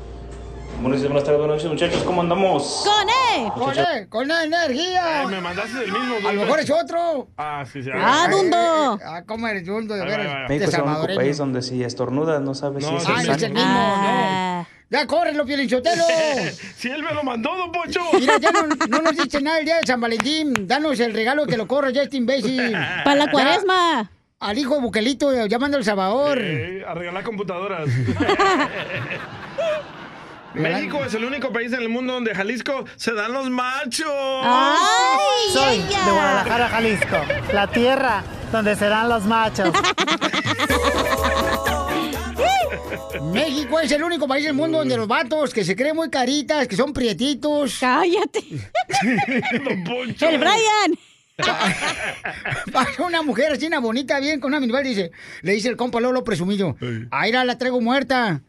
Speaker 19: Buenos días, buenas tardes, buenas noches, muchachos. ¿Cómo andamos?
Speaker 1: ¡Con E! ¡Con E! ¡Con E energía!
Speaker 2: Eh, me mandaste del mismo.
Speaker 1: A lo
Speaker 2: Dundo.
Speaker 1: mejor es otro.
Speaker 2: Ah, sí, sí.
Speaker 1: Ay,
Speaker 19: Dundo.
Speaker 1: eh, Ah, ¿cómo eres, Dundo? De
Speaker 2: Ay, ay,
Speaker 1: veras.
Speaker 19: México
Speaker 1: De
Speaker 19: es el único
Speaker 1: salvadoreño.
Speaker 19: país donde si estornudas no sabes si
Speaker 1: No,
Speaker 19: es
Speaker 1: ah,
Speaker 19: el
Speaker 1: es el
Speaker 19: sancho.
Speaker 1: mismo,
Speaker 2: Ah.
Speaker 1: no. Ya córrelo, Pielinchotelo.
Speaker 2: Si él me lo mandó, don Poncho.
Speaker 1: Mira, ya no, no nos dice nada el día de San Valentín. Danos el regalo que lo corro ya este imbécil.
Speaker 2: Para la
Speaker 1: Ya,
Speaker 2: cuaresma.
Speaker 1: al hijo de Buquelito, llamando El Salvador.
Speaker 2: Eh, a regalar computadoras. México es el único país en el mundo donde Jalisco se dan los machos.
Speaker 9: Soy de Guadalajara, Jalisco, la tierra donde serán los machos.
Speaker 1: México es el único país del mundo donde los vatos que se creen muy caritas, que son prietitos. Cállate.
Speaker 3: El Brian.
Speaker 1: Pasa una mujer así, una bonita, bien, con una minibar, dice, le dice el compa Lolo presumido, ahí la traigo muerta.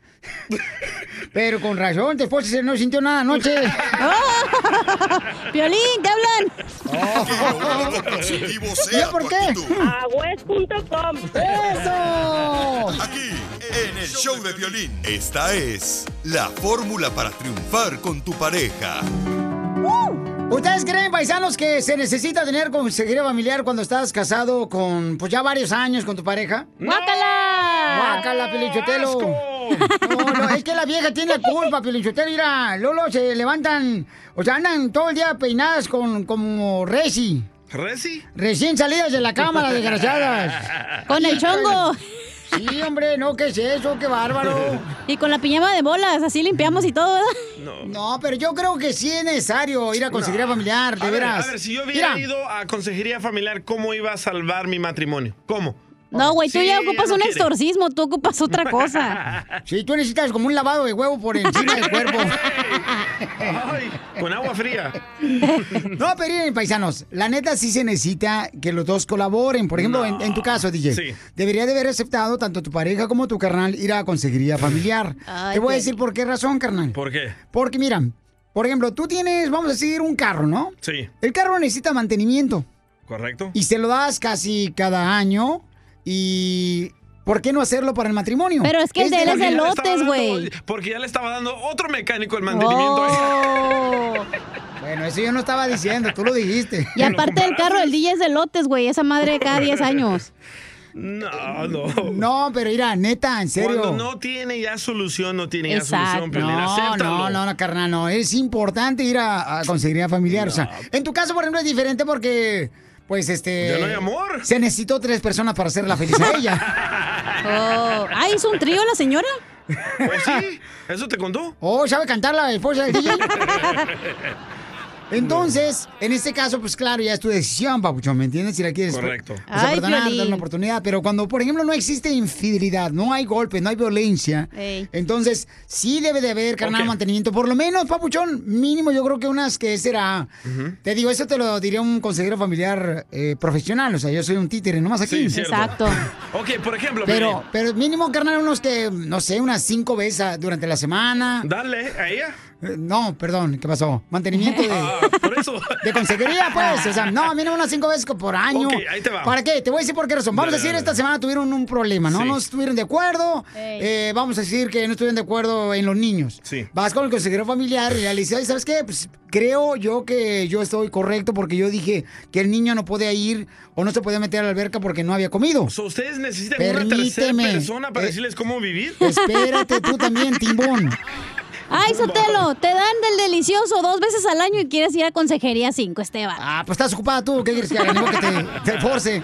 Speaker 1: Pero con razón, tu esposa se no sintió nada anoche. ¡Violín, te Oh. hablan!
Speaker 5: Positivo
Speaker 1: ¿Ya
Speaker 5: sea
Speaker 1: por
Speaker 5: tu
Speaker 1: qué?
Speaker 5: actitud.
Speaker 1: Agüez.com. ¡Eso!
Speaker 5: Aquí, en el show de violín. Esta es la fórmula para triunfar con tu pareja.
Speaker 1: ¿Ustedes creen, paisanos, que se necesita tener consejería familiar cuando estás casado con, pues ya varios años con tu pareja?
Speaker 3: ¡Guácala!
Speaker 1: ¡Guácala, Pelichotelo! No, no, es que la vieja tiene la culpa, Pelichotelo. Mira, Lolo, se levantan, o sea, andan todo el día peinadas con, como Resi.
Speaker 2: ¿Resi?
Speaker 1: Recién salidas de la cama, las desgraciadas.
Speaker 3: Con el chongo.
Speaker 1: Sí, hombre, no, ¿qué es eso? ¡Qué bárbaro!
Speaker 3: Y con la piñama de bolas, así limpiamos y todo, ¿verdad?
Speaker 2: No.
Speaker 1: No, pero yo creo que sí es necesario ir a consejería familiar, de
Speaker 2: a ver,
Speaker 1: veras.
Speaker 2: a ver, si yo hubiera
Speaker 1: Mira,
Speaker 2: ido a consejería familiar, ¿cómo iba a salvar mi matrimonio? ¿Cómo?
Speaker 3: No, güey, tú
Speaker 2: Sí,
Speaker 3: ya
Speaker 2: ella
Speaker 3: ocupas
Speaker 2: no
Speaker 3: un
Speaker 2: quiere.
Speaker 3: exorcismo, tú ocupas otra cosa.
Speaker 1: Sí, tú necesitas como un lavado de huevo por encima del cuerpo.
Speaker 2: Con agua fría.
Speaker 1: No, pero miren, paisanos, la neta sí se necesita que los dos colaboren. Por ejemplo, en, en tu caso, DJ, debería de haber aceptado tanto tu pareja como tu carnal ir a consejería familiar.
Speaker 2: Ay,
Speaker 1: Te voy a
Speaker 2: qué-
Speaker 1: decir por qué razón, carnal.
Speaker 2: ¿Por qué?
Speaker 1: Porque mira, por ejemplo, tú tienes, vamos a decir, un carro, ¿no?
Speaker 2: Sí,
Speaker 1: El carro necesita mantenimiento
Speaker 2: correcto.
Speaker 1: y se lo das casi cada año y... ¿Por qué no hacerlo para el matrimonio?
Speaker 3: Pero es que el de él es
Speaker 2: Porque ya le estaba
Speaker 3: elotes,
Speaker 2: dando-
Speaker 3: güey.
Speaker 2: Porque ya le estaba dando otro mecánico el mantenimiento.
Speaker 1: Oh. Bueno, eso yo no estaba diciendo, tú lo dijiste.
Speaker 3: Y aparte del carro, el DJ es de lotes, güey. Esa madre cada 10 años.
Speaker 2: No, Ah, no.
Speaker 1: No, pero mira, neta, en serio.
Speaker 2: Cuando no tiene ya solución, no tiene ya
Speaker 1: Exacto.
Speaker 2: solución, Piolín.
Speaker 1: No,
Speaker 2: Acéptalo.
Speaker 1: no, no, no, carnal, no. Es importante ir a, a conseguir familiar. O sea, en tu caso, por ejemplo, es diferente porque, pues, este.
Speaker 2: Ya no hay amor.
Speaker 1: Se necesitó tres personas para hacerla feliz a ella.
Speaker 3: Oh. Ah, ¿hizo un trío la señora?
Speaker 2: Pues sí, eso te contó.
Speaker 1: Oh, ¿sabe cantar la esposa del DJ? Entonces, en este caso, pues claro, ya es tu decisión, papuchón, ¿me entiendes? Si la quieres pues,
Speaker 2: Correcto.
Speaker 1: o sea,
Speaker 2: Ay,
Speaker 1: perdonar,
Speaker 2: Piolín.
Speaker 1: dar una oportunidad. Pero cuando, por ejemplo, no existe infidelidad, no hay golpe, no hay violencia,
Speaker 3: Ey.
Speaker 1: entonces sí debe de haber, carnal,
Speaker 9: Ok.
Speaker 1: mantenimiento. Por lo menos, papuchón, mínimo yo creo que unas que será... Te digo, eso te lo diría un consejero familiar eh, profesional, o sea, yo soy un títere, nomás aquí.
Speaker 2: Sí, cierto. Ok, por ejemplo,
Speaker 1: Pero,
Speaker 2: Piolín,
Speaker 1: pero mínimo, carnal, unos que, no sé, unas cinco veces a- durante la semana.
Speaker 2: dale a ella.
Speaker 1: Eh, No, perdón, ¿qué pasó? Mantenimiento de,
Speaker 2: Ah,
Speaker 1: de consejería, pues. O sea, no, mínimo unas cinco veces por año.
Speaker 2: Ok, ahí te va.
Speaker 1: ¿Para qué? Te voy a decir por qué razón. Vamos
Speaker 2: Dale,
Speaker 1: a decir,
Speaker 2: dale,
Speaker 1: esta semana tuvieron un problema, ¿no?
Speaker 2: Sí.
Speaker 1: No estuvieron de acuerdo. Eh, vamos a decir que no estuvieron de acuerdo en los niños.
Speaker 2: Sí.
Speaker 1: Vas con el consejero familiar y le dices, "Ay, ¿sabes qué? Pues creo yo que yo estoy correcto porque yo dije que el niño no podía ir o no se podía meter a la alberca porque no había comido.
Speaker 2: So, ustedes necesitan una tercera
Speaker 1: Permíteme.
Speaker 2: persona para
Speaker 1: Eh,
Speaker 2: decirles cómo vivir.
Speaker 1: Espérate tú también, timbón.
Speaker 3: Ay, Sotelo, te dan del delicioso dos veces al año y quieres ir a consejería 5, Esteban.
Speaker 1: Ah, pues estás ocupada tú, ¿qué quieres que haga? Ni modo que te- te force.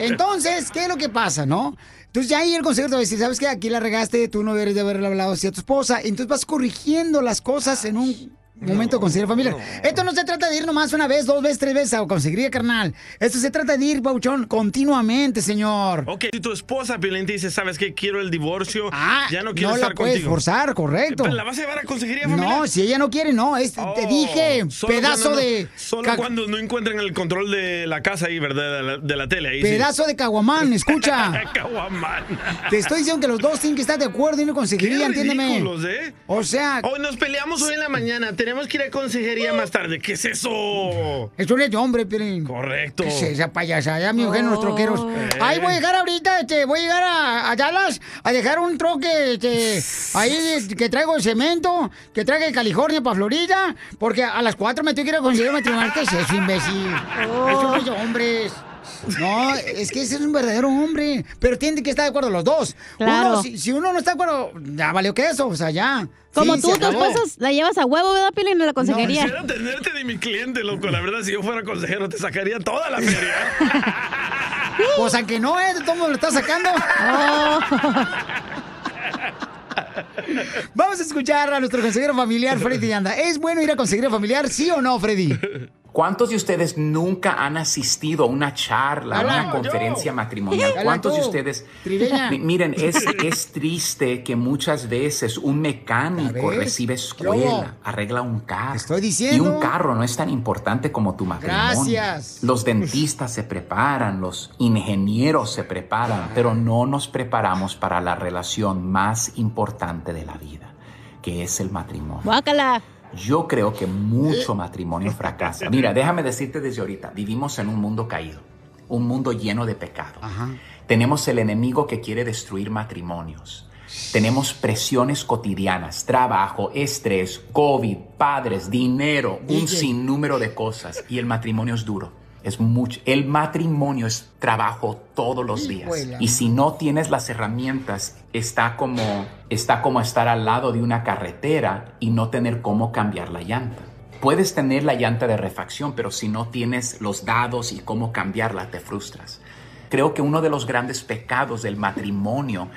Speaker 1: Entonces, ¿qué es lo que pasa, no? Entonces ya ahí el consejero te va a decir, ¿sabes qué? Aquí la regaste, tú no deberías de haberle hablado así a tu esposa. Entonces vas corrigiendo las cosas en un momento de consejería familiar. Esto no se trata de ir nomás una vez, dos veces, tres veces a consejería carnal. Esto se trata de ir, Bauchón, continuamente, señor.
Speaker 2: Ok, si tu esposa, Piolín, te dice, ¿sabes qué? Quiero el divorcio. ya no quiero
Speaker 1: Ah, no
Speaker 2: estar
Speaker 1: la puedes
Speaker 2: contigo.
Speaker 1: forzar, correcto.
Speaker 2: Pero la vas a llevar a consejería familiar.
Speaker 1: No, si ella no quiere, no. Es- te dije,
Speaker 2: Solo
Speaker 1: pedazo
Speaker 2: cuando no-
Speaker 1: de...
Speaker 2: Solo
Speaker 1: ca-
Speaker 2: cuando no encuentran el control de la casa ahí, ¿verdad? De la, de la tele. Ahí
Speaker 1: Pedazo de caguamán, escucha.
Speaker 2: sí. Caguamán.
Speaker 1: Te estoy diciendo que los dos tienen que estar de acuerdo y no conseguiría,
Speaker 2: Qué
Speaker 1: entiéndeme.
Speaker 2: ridículos, ¿eh?
Speaker 1: O sea,
Speaker 2: Hoy nos peleamos hoy en la mañana. tenemos que ir a consejería más tarde. ¿Qué es eso?
Speaker 1: Eso no es de hombre, Piolín.
Speaker 2: Correcto.
Speaker 1: ¿Qué es esa payasada, mi mujer, los
Speaker 4: Oh.
Speaker 1: troqueros?
Speaker 2: Eh.
Speaker 1: Ahí voy a llegar ahorita, este, voy a llegar a, a Dallas a dejar un troque, este, ahí de- que traigo el cemento, que traiga de California para Florida, porque a las 4 me tengo que ir a conseguir matrimonial. ¿Qué es eso, imbécil? Eso no es de hombres. No, es que ese es un verdadero hombre, pero tiene que estar de acuerdo los dos.
Speaker 3: Claro.
Speaker 1: Uno, si, si uno no está de acuerdo, ya valió que eso, o sea, ya.
Speaker 3: Como
Speaker 1: Sí,
Speaker 3: tú,
Speaker 1: se
Speaker 3: tus
Speaker 1: acabó.
Speaker 3: cosas la llevas a huevo, ¿verdad, Piolín? En la consejería.
Speaker 2: Quisiera tenerte de mi cliente, loco. La verdad, si yo fuera consejero, te sacaría toda la feria.
Speaker 1: Pues aunque no, ¿eh? Todo lo está sacando. Vamos a escuchar a nuestro consejero familiar, Freddy Anda. ¿Es bueno ir a consejero familiar, sí o no, Freddy?
Speaker 20: ¿Cuántos de ustedes nunca han asistido a una charla, a
Speaker 1: Habla,
Speaker 20: una conferencia matrimonial?
Speaker 1: Habla
Speaker 20: ¿Cuántos de
Speaker 1: tú,
Speaker 20: ustedes?
Speaker 1: Trileña.
Speaker 20: Mi- Miren, es, es triste que muchas veces un mecánico
Speaker 1: ¿Ya ves?
Speaker 20: recibe
Speaker 1: Lobo.
Speaker 20: escuela, arregla un carro.
Speaker 1: diciendo.
Speaker 20: Y un carro no es tan importante como tu matrimonio.
Speaker 1: Gracias.
Speaker 20: Los dentistas se preparan, los ingenieros se
Speaker 1: Ah.
Speaker 20: preparan, pero no nos preparamos para la relación más importante de la vida, que es el matrimonio.
Speaker 3: Guácala.
Speaker 20: Yo creo que mucho matrimonio fracasa. Mira, déjame decirte desde ahorita, vivimos en un mundo caído, un mundo lleno de pecado. Tenemos el enemigo que quiere destruir matrimonios. Tenemos presiones cotidianas, trabajo, estrés, COVID, padres, dinero, un
Speaker 21: DJ.
Speaker 20: sinnúmero de cosas. Y el matrimonio es duro. Es mucho. El matrimonio es trabajo todos los días.
Speaker 21: Hijuela.
Speaker 20: Y si no tienes las herramientas, está como, está como estar al lado de una carretera y no tener cómo cambiar la llanta. Puedes tener la llanta de refacción, pero si no tienes los dados y cómo cambiarla, te frustras. Creo que uno de los grandes pecados del matrimonio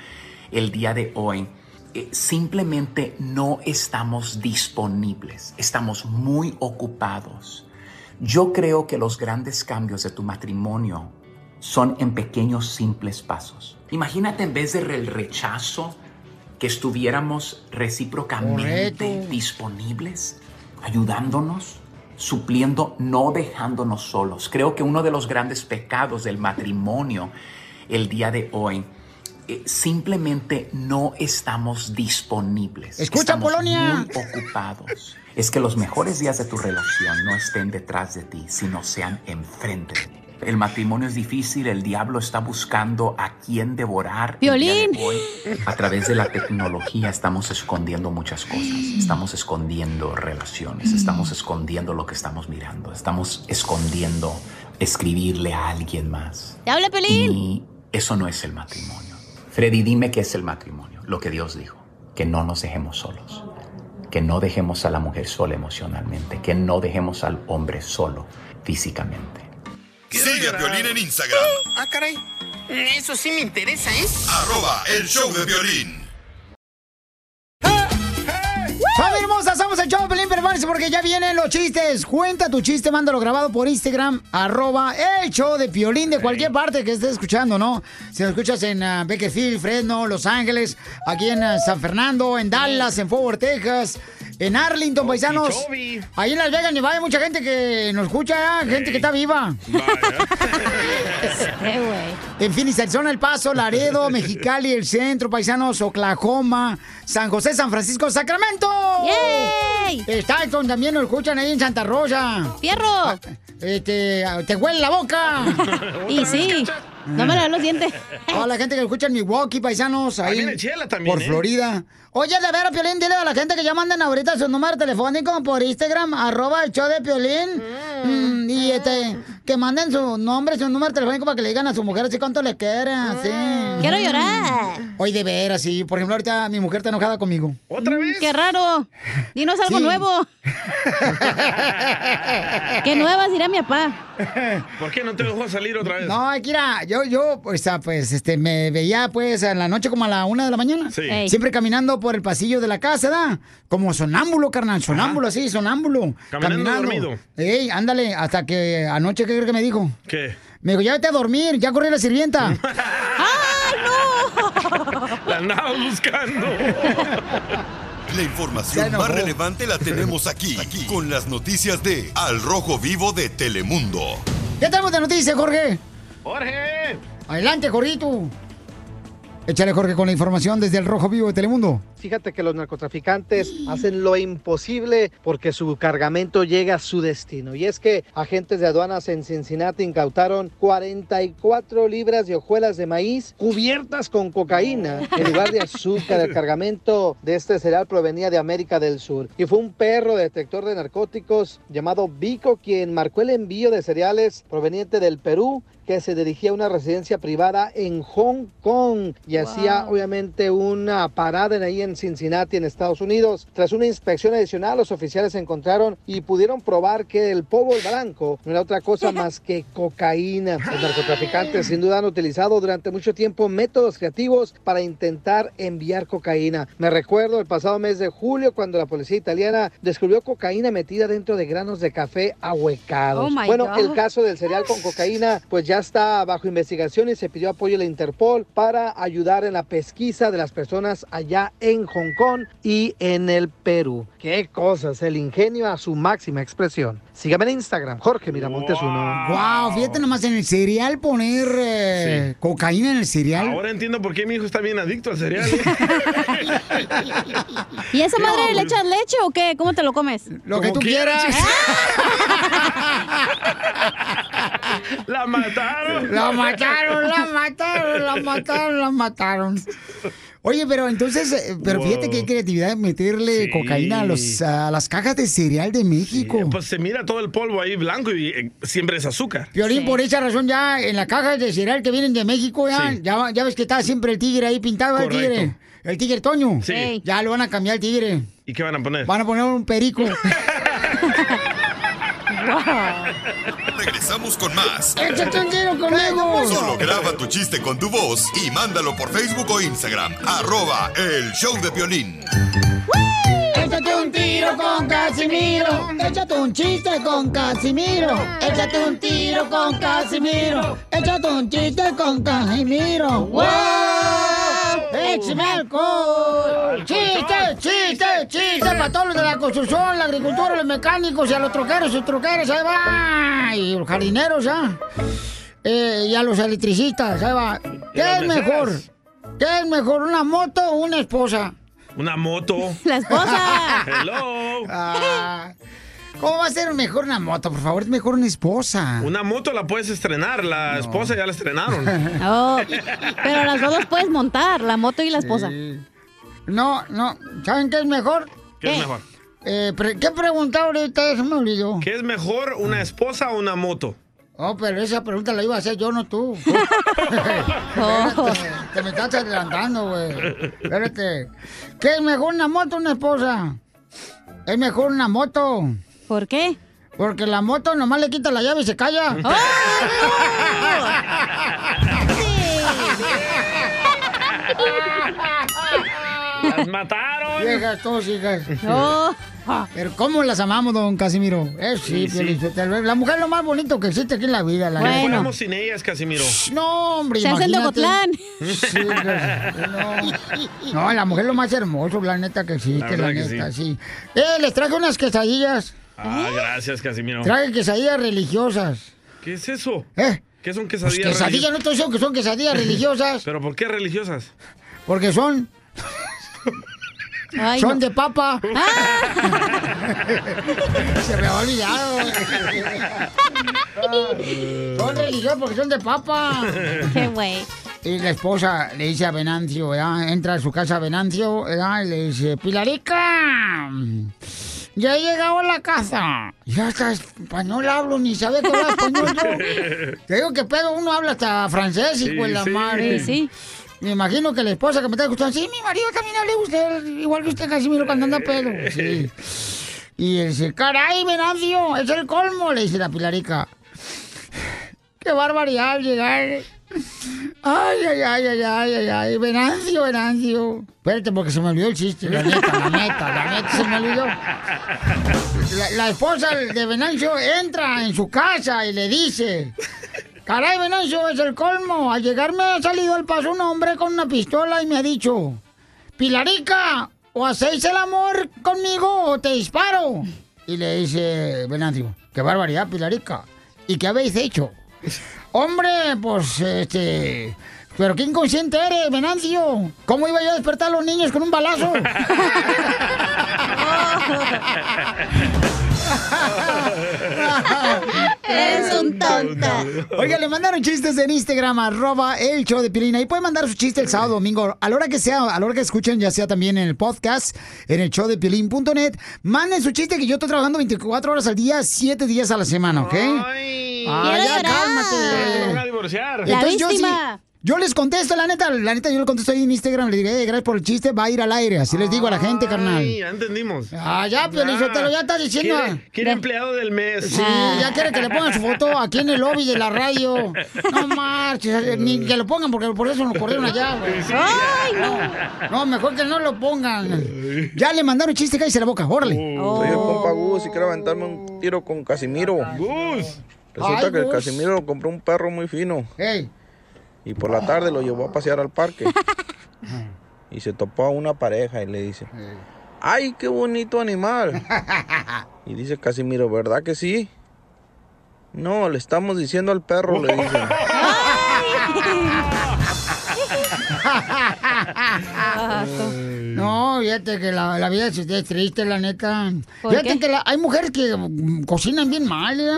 Speaker 20: el día de hoy, eh, simplemente no estamos disponibles, estamos muy ocupados. Yo creo que los grandes cambios de tu matrimonio son en pequeños, simples pasos. Imagínate en vez del rechazo, que estuviéramos recíprocamente disponibles, ayudándonos, supliendo, no dejándonos solos. Creo que uno de los grandes pecados del matrimonio el día de hoy, eh, simplemente no estamos disponibles.
Speaker 1: Escucha,
Speaker 20: Estamos
Speaker 1: Polonia.
Speaker 20: muy ocupados. Es que los mejores días de tu relación no estén detrás de ti, sino sean enfrente de ti. El matrimonio es difícil, el diablo está buscando a quién devorar. el día de
Speaker 3: Piolín.
Speaker 20: hoy. A través de la tecnología estamos escondiendo muchas cosas. Estamos escondiendo relaciones, estamos escondiendo lo que estamos mirando, estamos escondiendo escribirle a alguien más.
Speaker 3: ¡Te habla,
Speaker 1: Mm.
Speaker 3: Piolín!
Speaker 20: Y eso no es el matrimonio. Freddy, dime qué es el matrimonio, lo que Dios dijo, que no nos dejemos solos, que no dejemos a la mujer sola emocionalmente, que no dejemos al hombre solo físicamente.
Speaker 5: Sigue a Piolín en Instagram.
Speaker 21: Ah, caray. Eso sí me interesa, ¿eh?
Speaker 5: Arroba el show de violín.
Speaker 1: ¡Familia hermosa! Somos el show, Pelín, prepárense porque ya vienen los chistes. Cuenta tu chiste, mándalo grabado por Instagram, arroba el show de Piolín de cualquier parte que estés escuchando, ¿no? Si lo escuchas en ah, Bakersfield, Fresno, Los Ángeles, aquí en ah, San Fernando, en Dallas, en Fort Worth, Texas, en Arlington, paisanos. Ahí en Las Vegas, Nevada, hay mucha gente que nos escucha, ¿eh? gente que está viva. En Phoenix, Arizona, El Paso, Laredo, Mexicali, El Centro, Paisanos, Oklahoma, San José, San Francisco, Sacramento. Exacto, también lo escuchan ahí en Santa Rosa.
Speaker 3: ¡Fierro!
Speaker 1: Este, te huele la boca. Eh.
Speaker 3: y sí. No me lavé los dientes.
Speaker 1: Toda la gente que escucha en Milwaukee, paisanos, ahí,
Speaker 3: Ahí viene Chela también,
Speaker 1: por
Speaker 3: ¿eh?
Speaker 1: Florida. Oye, de ver, Piolín, dile a la gente que ya manden ahorita su número telefónico por Instagram, arroba el show de Piolín. Mm, y este, que manden su nombre, su número telefónico para que le digan a su mujer así cuánto le quiera, así.
Speaker 3: Mm. Quiero llorar.
Speaker 1: Hoy de veras, sí. Por ejemplo, ahorita mi mujer está enojada conmigo.
Speaker 3: ¿Otra vez? Mm, ¡Qué raro! Dinos algo
Speaker 1: Sí.
Speaker 3: nuevo. ¿Qué nuevas dirá mi papá?
Speaker 2: ¿eh? ¿Por qué no te dejó salir otra vez?
Speaker 1: No, Akira, yo, yo, o sea, pues, este, me veía, pues, en la noche como a la una de la mañana.
Speaker 2: Sí. Ey.
Speaker 1: Siempre caminando por el pasillo de la casa, ¿da? Como sonámbulo, carnal, sonámbulo, así, sonámbulo.
Speaker 2: Caminando dormido.
Speaker 1: Ey, ándale, hasta que anoche, ¿qué creo que me dijo?
Speaker 2: ¿Qué?
Speaker 1: Me dijo, ya vete a dormir, ya corrí la sirvienta.
Speaker 2: La andaba buscando.
Speaker 5: La información más relevante la tenemos aquí, aquí, con las noticias de Al Rojo Vivo de Telemundo.
Speaker 1: ¿Qué tenemos de noticias, Jorge?
Speaker 2: Jorge.
Speaker 1: Adelante, Jorgito. Échale, Jorge, con la información desde el Rojo Vivo de Telemundo.
Speaker 6: Fíjate que los narcotraficantes hacen lo imposible porque su cargamento llega a su destino. Y es que agentes de aduanas en Cincinnati incautaron 44 libras de hojuelas de maíz cubiertas con cocaína en lugar de azúcar. El cargamento de este cereal provenía de América del Sur. Y fue un perro detector de narcóticos llamado Vico quien marcó el envío de cereales proveniente del Perú que se dirigía a una residencia privada en Hong Kong y hacía obviamente una parada en ahí en Cincinnati, en Estados Unidos. Tras una inspección adicional, los oficiales encontraron y pudieron probar que el polvo blanco no era otra cosa más que cocaína. Los narcotraficantes sin duda han utilizado durante mucho tiempo métodos creativos para intentar enviar cocaína. Me recuerdo el pasado mes de julio cuando la policía italiana descubrió cocaína metida dentro de granos de café ahuecados.
Speaker 10: Oh, my
Speaker 6: bueno,
Speaker 10: God.
Speaker 6: el caso del cereal con cocaína pues ya está bajo investigación y se pidió apoyo a la Interpol para ayudar en la pesquisa de las personas allá en Hong Kong y en el Perú. Qué cosas, el ingenio a su máxima expresión. Sígame en Instagram, Jorge Miramontes uno.
Speaker 1: Wow, fíjate nomás en el cereal poner eh, cocaína en el cereal.
Speaker 2: Ahora entiendo por qué mi hijo está bien adicto al cereal. ¿eh?
Speaker 3: ¿Y esa madre le echas leche o qué? ¿Cómo te lo comes? Ah,
Speaker 1: Lo que Como tú quieras.
Speaker 2: La mataron.
Speaker 1: La mataron, la mataron, la mataron, la mataron. Oye, pero entonces, eh, pero
Speaker 2: Wow.
Speaker 1: fíjate qué creatividad meterle
Speaker 2: Sí.
Speaker 1: cocaína a, los, a las cajas de cereal de México.
Speaker 2: Pues se mira todo el polvo ahí blanco y eh, siempre es azúcar.
Speaker 1: Violín, por esa razón ya en las cajas de cereal que vienen de México, ya,
Speaker 2: Sí.
Speaker 1: ya, ya ves que está siempre el tigre ahí pintado, el
Speaker 2: Correcto.
Speaker 1: tigre. El tigre Toño.
Speaker 2: Sí.
Speaker 1: Ya lo van a cambiar el tigre.
Speaker 2: ¿Y qué van a poner?
Speaker 1: Van a poner un perico.
Speaker 5: Regresamos con más.
Speaker 1: ¡Échate un tiro conmigo!
Speaker 5: Solo graba tu chiste con tu voz y mándalo por Facebook o Instagram. Arroba el show de violín.
Speaker 9: Échate un tiro con Casimiro. Échate un chiste con Casimiro. Échate un tiro con Casimiro. Échate un chiste con Casimiro. ¡Wow! ¡Échame alcohol! ¡Chiste, chiste, chiste! Para todos los de la construcción, la agricultura, los mecánicos y a los troqueros y troqueros, ahí va. Y los jardineros, ¿ah? Eh, y a los electricistas, ahí va.
Speaker 2: Y
Speaker 9: ¿Qué
Speaker 2: a
Speaker 9: es
Speaker 2: los meseros.
Speaker 9: mejor? ¿Qué es mejor, una moto o una esposa?
Speaker 2: Una moto.
Speaker 9: La esposa.
Speaker 2: Hello.
Speaker 1: Ah, ¿Cómo va a ser mejor una moto? Por favor, es mejor una esposa.
Speaker 2: Una moto la puedes estrenar, la esposa ya la estrenaron.
Speaker 3: Oh, pero las dos las puedes montar, la moto y la esposa.
Speaker 1: No, no. ¿Saben qué es mejor?
Speaker 2: ¿Qué es mejor?
Speaker 1: Eh, pre- ¿Qué preguntaba ahorita? Eso me olvidó.
Speaker 2: ¿Qué es mejor, una esposa o una moto?
Speaker 1: Oh, pero esa pregunta la iba a hacer yo, no tú. Espérate, te me estás adelantando, güey. Espérate. ¿Qué es mejor una moto o una esposa? Es mejor una moto.
Speaker 3: ¿Por qué?
Speaker 1: Porque la moto nomás le quita la llave y se calla.
Speaker 2: ¡Las mataron!
Speaker 1: Viejas tóxicas.
Speaker 3: ¡Oh!
Speaker 2: No.
Speaker 1: Pero cómo las amamos, don Casimiro. Eh, sí,
Speaker 2: Sí, sí.
Speaker 1: Piolinsotelo. La mujer es lo más bonito que existe aquí en la vida, la
Speaker 2: ¿Qué
Speaker 1: neta.
Speaker 2: fuéramos sin ellas, Casimiro?
Speaker 1: No, hombre,
Speaker 3: Se hacen de
Speaker 1: imagínate.
Speaker 3: Ocotlán.
Speaker 1: Sí, No, la mujer es lo más hermoso, la neta que existe, la,
Speaker 2: verdad que
Speaker 1: neta, sí.
Speaker 2: sí.
Speaker 1: Eh, les traje unas quesadillas.
Speaker 2: Ah, gracias, Casimiro.
Speaker 1: Traje quesadillas religiosas.
Speaker 2: ¿Qué es eso?
Speaker 1: ¿Eh?
Speaker 2: ¿Qué son
Speaker 1: Pues
Speaker 2: quesadillas?
Speaker 1: quesadillas, no te diciendo que son quesadillas religiosas,
Speaker 2: ¿Pero por qué religiosas?
Speaker 1: porque son...
Speaker 2: Ay,
Speaker 1: son
Speaker 2: no.
Speaker 1: de papa.
Speaker 3: Ah.
Speaker 1: Se me ha olvidado. Son religiosas porque son de papa.
Speaker 3: Qué güey.
Speaker 1: Y la esposa le dice a Venancio, ¿verdad? Entra a su casa Venancio, ¿verdad? Y le dice, Pilarica, ya he llegado a la casa. Ya hasta español hablo, ni sabe que habla español yo. Te digo que pedo, uno habla hasta francés,
Speaker 9: Sí,
Speaker 1: hijo de la
Speaker 9: sí.
Speaker 1: madre.
Speaker 9: Sí, sí.
Speaker 1: Me imagino que la esposa que me está escuchando, sí, mi marido también habla usted, igual que usted, Casimiro, cuando anda pedo.
Speaker 9: Eh.
Speaker 1: Sí. Y él dice, caray, Venancio, es el colmo, le dice la Pilarica. Qué barbaridad llegar. Ay, ay, ay, ay, ay, ay, ay, Venancio, Venancio. Espérate, porque se me olvidó el chiste, la neta, la neta, la neta, se me olvidó. La, la esposa de Venancio entra en su casa y le dice... Caray, Venancio, es el colmo. Al llegarme ha salido al paso un hombre con una pistola y me ha dicho... Pilarica, o hacéis el amor conmigo o te disparo. Y le dice Venancio, qué barbaridad, Pilarica. ¿Y qué habéis hecho? Hombre, pues, este,
Speaker 9: Pero qué inconsciente eres, Venancio. ¿Cómo iba yo a despertar a los niños con un balazo?
Speaker 1: Eres un tonto. Oiga, le mandaron chistes en Instagram, arroba el show de Pirina. Y puede mandar su chiste el sábado, domingo, a la hora que sea, a la hora que escuchen, ya sea también en el podcast, en el show de Piolín.net. Manden su chiste que yo estoy trabajando 24 horas al día, 7 días a la semana, ¿ok? Ay,
Speaker 9: Quiero
Speaker 1: ya
Speaker 9: llorar.
Speaker 1: cálmate.
Speaker 2: Van a divorciar.
Speaker 1: Entonces yo sí- Yo les contesto, la neta, la neta, yo le contesto ahí en Instagram, le digo, "Eh, gracias por el chiste, va a ir al aire. Así les digo a la gente, carnal.
Speaker 2: Sí, ya entendimos.
Speaker 1: Ah, ya, Piolín Sotelo, ya estás diciendo-
Speaker 2: Quiere, quiere empleado del mes.
Speaker 1: Sí, ya quiere que le pongan su foto aquí en el lobby de la radio. No marches, ni que lo pongan porque por eso nos corrieron allá. güey. ¡Ay, no! No, mejor que no lo pongan. Ya le mandaron chiste, cállese la boca, órale.
Speaker 10: Soy el compa Gus y quiero aventarme un tiro con Casimiro. Resulta
Speaker 1: Ay,
Speaker 10: que el
Speaker 1: Gus.
Speaker 10: Casimiro compró un perro muy fino. Y por la tarde lo llevó a pasear al parque. y se topó a una pareja y le dice, ¡ay, qué bonito animal! y dice Casimiro, ¿verdad que sí? No, le estamos diciendo al perro, le dice.
Speaker 9: no,
Speaker 1: No, fíjate que la, la vida es, es triste, la neta.
Speaker 9: ¿Por
Speaker 1: Fíjate
Speaker 9: qué?
Speaker 1: que la- hay mujeres que mm, cocinan bien mal, ¿ya?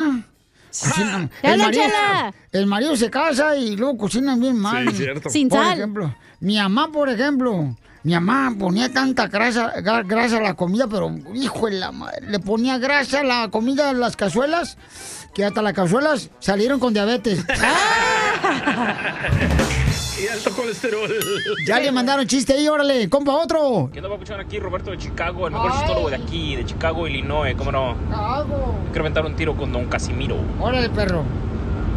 Speaker 1: Cocinan-
Speaker 9: ¡Ya
Speaker 1: el,
Speaker 9: la
Speaker 1: marido,
Speaker 9: Ah, chela!
Speaker 1: el marido se casa y luego cocinan bien mal.
Speaker 9: Sí, cierto. Sin
Speaker 1: por
Speaker 9: sal.
Speaker 1: ejemplo, mi mamá, por ejemplo, mi mamá ponía tanta grasa, gra- grasa a la comida, pero hijo de la madre, le ponía grasa a la comida a las cazuelas, que hasta las cazuelas salieron con diabetes.
Speaker 9: Ah.
Speaker 2: Y alto colesterol.
Speaker 1: ya le mandaron chiste ahí, órale, compa, otro.
Speaker 22: ¿Qué onda, papuchón? Aquí Roberto de Chicago, el mejor chistólogo de aquí, de Chicago, Illinois, ¿cómo no? Quiero aventar un tiro con Don Casimiro.
Speaker 1: Órale, perro.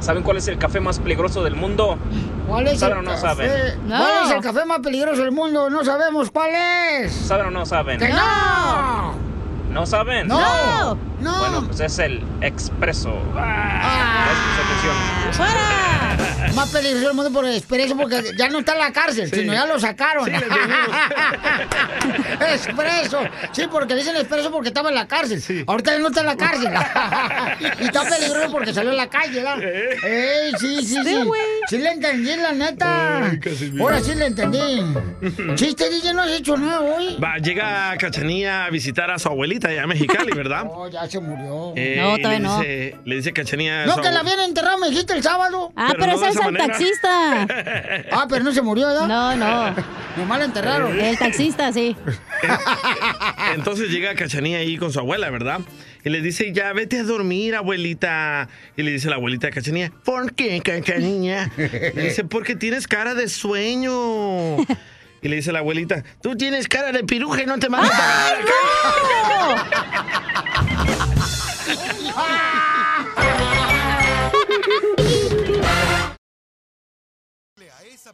Speaker 22: ¿Saben cuál es el café más peligroso del mundo?
Speaker 1: ¿Cuál es
Speaker 22: ¿Saben
Speaker 1: el
Speaker 22: o no
Speaker 1: café?
Speaker 22: saben?
Speaker 1: ¿Cuál es el café más peligroso del mundo? No sabemos cuál es.
Speaker 22: ¿Saben o no saben?
Speaker 1: ¡Que no!
Speaker 22: ¿No saben?
Speaker 1: No. No. Ah.
Speaker 22: Bueno, pues es el expreso.
Speaker 1: ¡Fuera! Más peligroso del mundo por expreso porque ya no está en la cárcel, sino ya lo sacaron. expreso. Sí, porque le dicen expreso porque estaba en la cárcel. Ahorita ya no está en la cárcel. y está peligroso porque salió a la calle, ¿verdad?
Speaker 22: Eh.
Speaker 1: Ey, sí, sí, sí. Sí le entendí, la neta.
Speaker 2: Ay, Casimiro.
Speaker 1: Ahora sí le entendí. Chiste, DJ, no has hecho nada hoy.
Speaker 2: Va, llega Cachanía a visitar a su abuelita allá a Mexicali, ¿verdad?
Speaker 1: No, ya se murió.
Speaker 2: Eh,
Speaker 1: no,
Speaker 2: y
Speaker 1: todavía
Speaker 2: le
Speaker 1: no.
Speaker 2: dice, Le dice Cachanía a
Speaker 1: No,
Speaker 2: su
Speaker 1: que la
Speaker 2: abue-
Speaker 1: habían enterrado, me dijiste el sábado.
Speaker 2: Ah, Pero pero no ese de es esa el manera.
Speaker 3: taxista.
Speaker 1: Ah, pero no se murió, ¿verdad?
Speaker 3: No, no.
Speaker 1: Nomás la enterraron.
Speaker 3: El taxista, sí.
Speaker 2: Entonces llega Cachanía ahí con su abuela, ¿verdad? Y le dice, ya vete a dormir, abuelita. Y le dice la abuelita a Cachanía, ¿por qué, Cachanía? Le dice, porque tienes cara de sueño. Y le dice la abuelita, tú tienes cara de piruja y no te mando para la
Speaker 5: Esa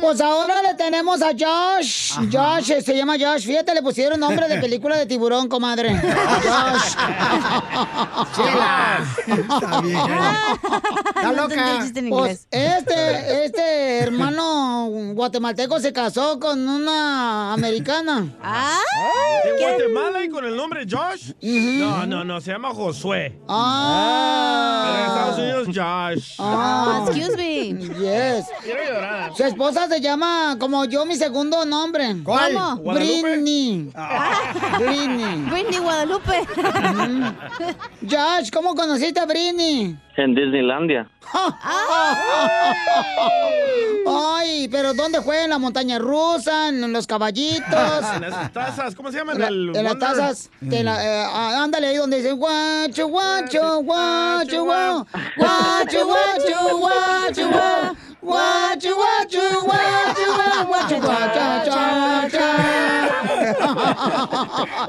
Speaker 9: Pues ahora le tenemos a Josh. Josh, eh, se llama Josh. Fíjate, le pusieron nombre de película de tiburón, comadre. Josh. Chela.
Speaker 1: Está bien.
Speaker 9: No
Speaker 1: Está
Speaker 9: entendí
Speaker 1: loca.
Speaker 9: el chiste en
Speaker 1: Pues,
Speaker 9: inglés.
Speaker 1: este, este hermano guatemalteco se casó con una americana.
Speaker 9: Ah,
Speaker 2: ¿De Guatemala y con el nombre Josh? No, no, no, se llama Josué.
Speaker 1: Ah.
Speaker 2: Pero en Estados Unidos, Josh.
Speaker 9: Ah, excuse
Speaker 1: me. Yes.
Speaker 2: Quiero llorar.
Speaker 9: Su esposa se llama como yo mi segundo nombre.
Speaker 1: ¿Cuál?
Speaker 9: ¿Cómo?
Speaker 1: ¿Guadalupe?
Speaker 9: Britney. Britney. Britney Guadalupe.
Speaker 1: Josh, ¿cómo conociste a Britney?
Speaker 23: En Disneylandia.
Speaker 9: Ah.
Speaker 1: Ay, pero ¿dónde fue? ¿En la montaña rusa? ¿En los caballitos?
Speaker 2: En las tazas, ¿cómo se llaman?
Speaker 1: La-
Speaker 2: El
Speaker 1: en las
Speaker 2: Wonder-
Speaker 1: tazas. de la- eh, ah, ándale ahí donde dicen guacho, guacho, guacho, guau. guacho, guacho, guacho, guau. guacho, guacho, guacho, guau, guacho, guacho, guacho, guacho.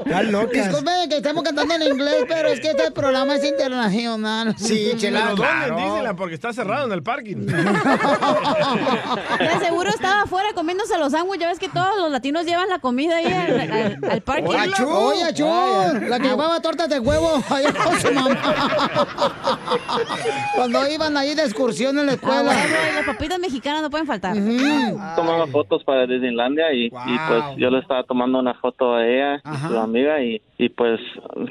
Speaker 9: Están locas.
Speaker 1: Disculpe que estamos cantando en inglés, pero es que este programa es
Speaker 2: Mm.
Speaker 1: internacional.
Speaker 2: Pero doblen, dísela, porque está cerrado en el parking.
Speaker 3: De seguro estaba afuera comiéndose los sándwiches. Ya ves que todos los latinos llevan la comida ahí al, al- al parque.
Speaker 1: Oye, Achú. Oye, Achú, la que llevaba tortas de huevo allá con su mamá. Cuando iban ahí de excursión en la escuela.
Speaker 3: Ah, Las papitas mexicanas no pueden faltar.
Speaker 23: Tomaba fotos para Disneylandia y, y, pues yo le estaba tomando una foto a ella, y su amiga, y, y, pues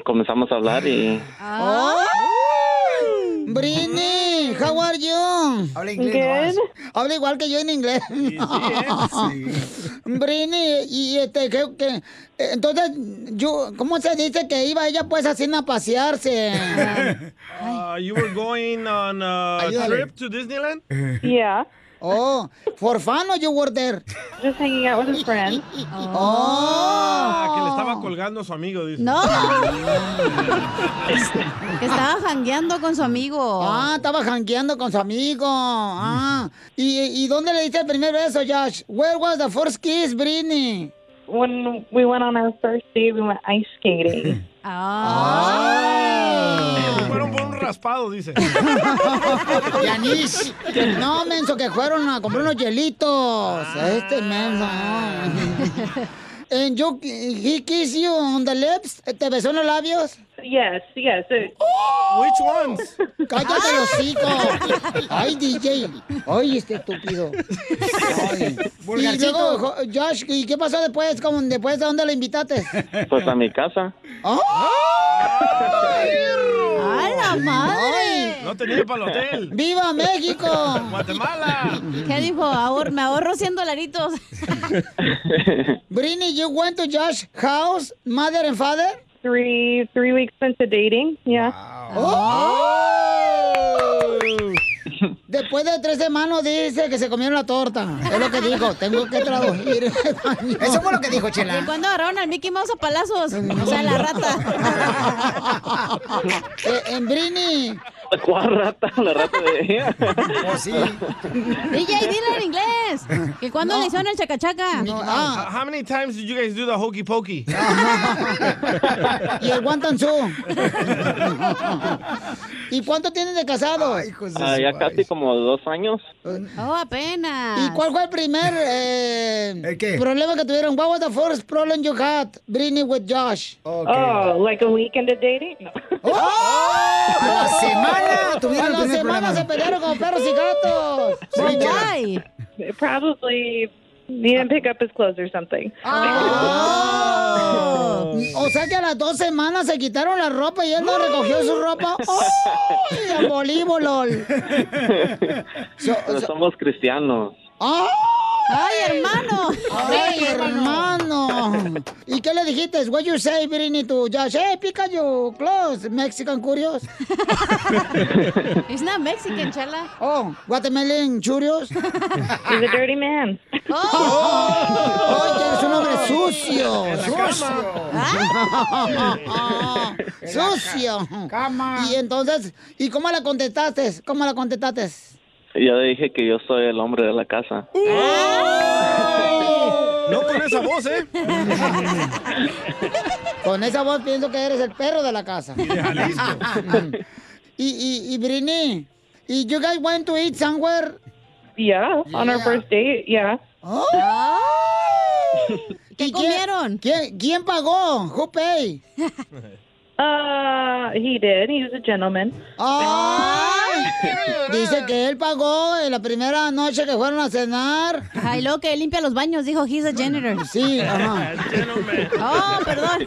Speaker 23: comenzamos a hablar y
Speaker 1: Oh. Britney, how are you? Habla
Speaker 9: inglés nomás. eh,
Speaker 1: Habla igual que yo en inglés. Britney, y este, creo que. eh, Entonces, yo, ¿cómo se dice que iba ella pues así a pasearse?
Speaker 2: Uh, you were going on a
Speaker 1: Ayúdale. Eh.
Speaker 2: trip to Disneyland?
Speaker 1: Yeah. Oh, for fun or you were there? Just hanging out with a friend. Oh.
Speaker 2: Ah, que le estaba colgando a su amigo, dice.
Speaker 3: No. Que estaba jangueando con su amigo.
Speaker 1: Ah, estaba jangueando con su amigo. Ah. ¿Y, y dónde le diste el primer beso, Josh? Where was the first kiss, Britney?
Speaker 8: When we went on our first date, we went ice skating.
Speaker 2: Fueron por un raspado, dice.
Speaker 1: Yanis. No, menso, que fueron a comprar unos hielitos.
Speaker 8: Ah.
Speaker 1: Este menso. no. And you, he kissed you on the lips? ¿Te besó en los labios? Yes, yes. Which ones? Cállate los hocico. Ay, DJ. Ay, este estúpido. Ay. Y
Speaker 9: Vulgarcito.
Speaker 1: luego, jo- Josh, ¿y qué pasó después? ¿Cómo- después de dónde lo invitaste?
Speaker 23: pues a mi casa.
Speaker 1: Oh, ¡Ay, la madre!
Speaker 2: No tenía para el hotel.
Speaker 1: ¡Viva México!
Speaker 2: ¡Guatemala!
Speaker 3: ¿Qué dijo? Ahor- me ahorro 100 dolaritos.
Speaker 1: Brini, you went to Josh's house, mother and father?
Speaker 8: Three three weeks into dating, yeah.
Speaker 1: Oh. Después de tres semanas dice que se comieron la torta. Es lo que dijo. Tengo que traducir. Eso fue lo que dijo
Speaker 3: ¿Y
Speaker 1: Chela.
Speaker 3: cuándo agarraron al Mickey Mouse a palazos? O sea, la rata.
Speaker 1: Eh, en Brini.
Speaker 23: ¿Cuál rata? La rata de ella.
Speaker 9: sí.
Speaker 3: DJ, dile en inglés. ¿Y cuándo le hicieron el chacachaca?
Speaker 1: Ah.
Speaker 2: How how many times did you guys do the hokey pokey?
Speaker 1: Y el guantanzú. ¿Y cuánto tienen de casado?
Speaker 23: Ah, ya casi como dos años.
Speaker 1: Oh, apenas. ¿Y cuál fue el primer eh,
Speaker 23: qué?
Speaker 1: problema que tuvieron? What was the first problem you had, Britney, with Josh?
Speaker 8: Oh, like a week into dating? No.
Speaker 1: A la
Speaker 8: ¡Oh! semana tuvieron
Speaker 1: A
Speaker 8: el
Speaker 1: la
Speaker 8: primer
Speaker 1: semana
Speaker 8: problema.
Speaker 1: se pelearon como perros y gatos.
Speaker 8: Sí,
Speaker 1: Por
Speaker 8: Chela.
Speaker 1: guay.
Speaker 8: Probably he didn't pick up his clothes or something.
Speaker 1: Ah.
Speaker 8: ¡Oh!
Speaker 1: ¡Oh! O sea que a las dos semanas se quitaron la ropa y él no recogió su ropa. ¡Ay, abolimos, lol!
Speaker 23: Pero somos cristianos.
Speaker 1: ¡Ay,
Speaker 3: hermano!
Speaker 1: ¡Ay, hermano! ¿Y qué le dijiste? What you say, Britney, to Josh? Hey, pica you clothes, Mexican curious.
Speaker 3: It's not Mexican, chala.
Speaker 1: Oh, watermelon churios.
Speaker 8: He's a dirty man.
Speaker 3: Oh.
Speaker 1: ¡Ay, Oh. que eres un hombre sucio! ¡Sucio! ¡Sucio! Y entonces, ¿y cómo la contestaste? ¿Cómo la contestaste?
Speaker 23: Y Yo le dije que yo soy el hombre de la casa.
Speaker 2: No con esa voz, ¿eh?
Speaker 1: Con esa voz pienso que eres el perro de la casa. y, y, y Brini, ¿y you guys went to eat somewhere? Oh.
Speaker 8: Yeah, on our first date, yeah.
Speaker 1: ¿Qué comieron? ¿Quién, quién pagó? Who paid?
Speaker 8: Uh, he did. He was a gentleman.
Speaker 1: ¡Ay! Dice que él pagó en la primera noche que fueron a cenar.
Speaker 3: Ay, lo que limpia los baños, dijo, he's a janitor.
Speaker 1: Sí, ajá.
Speaker 3: Oh, perdón.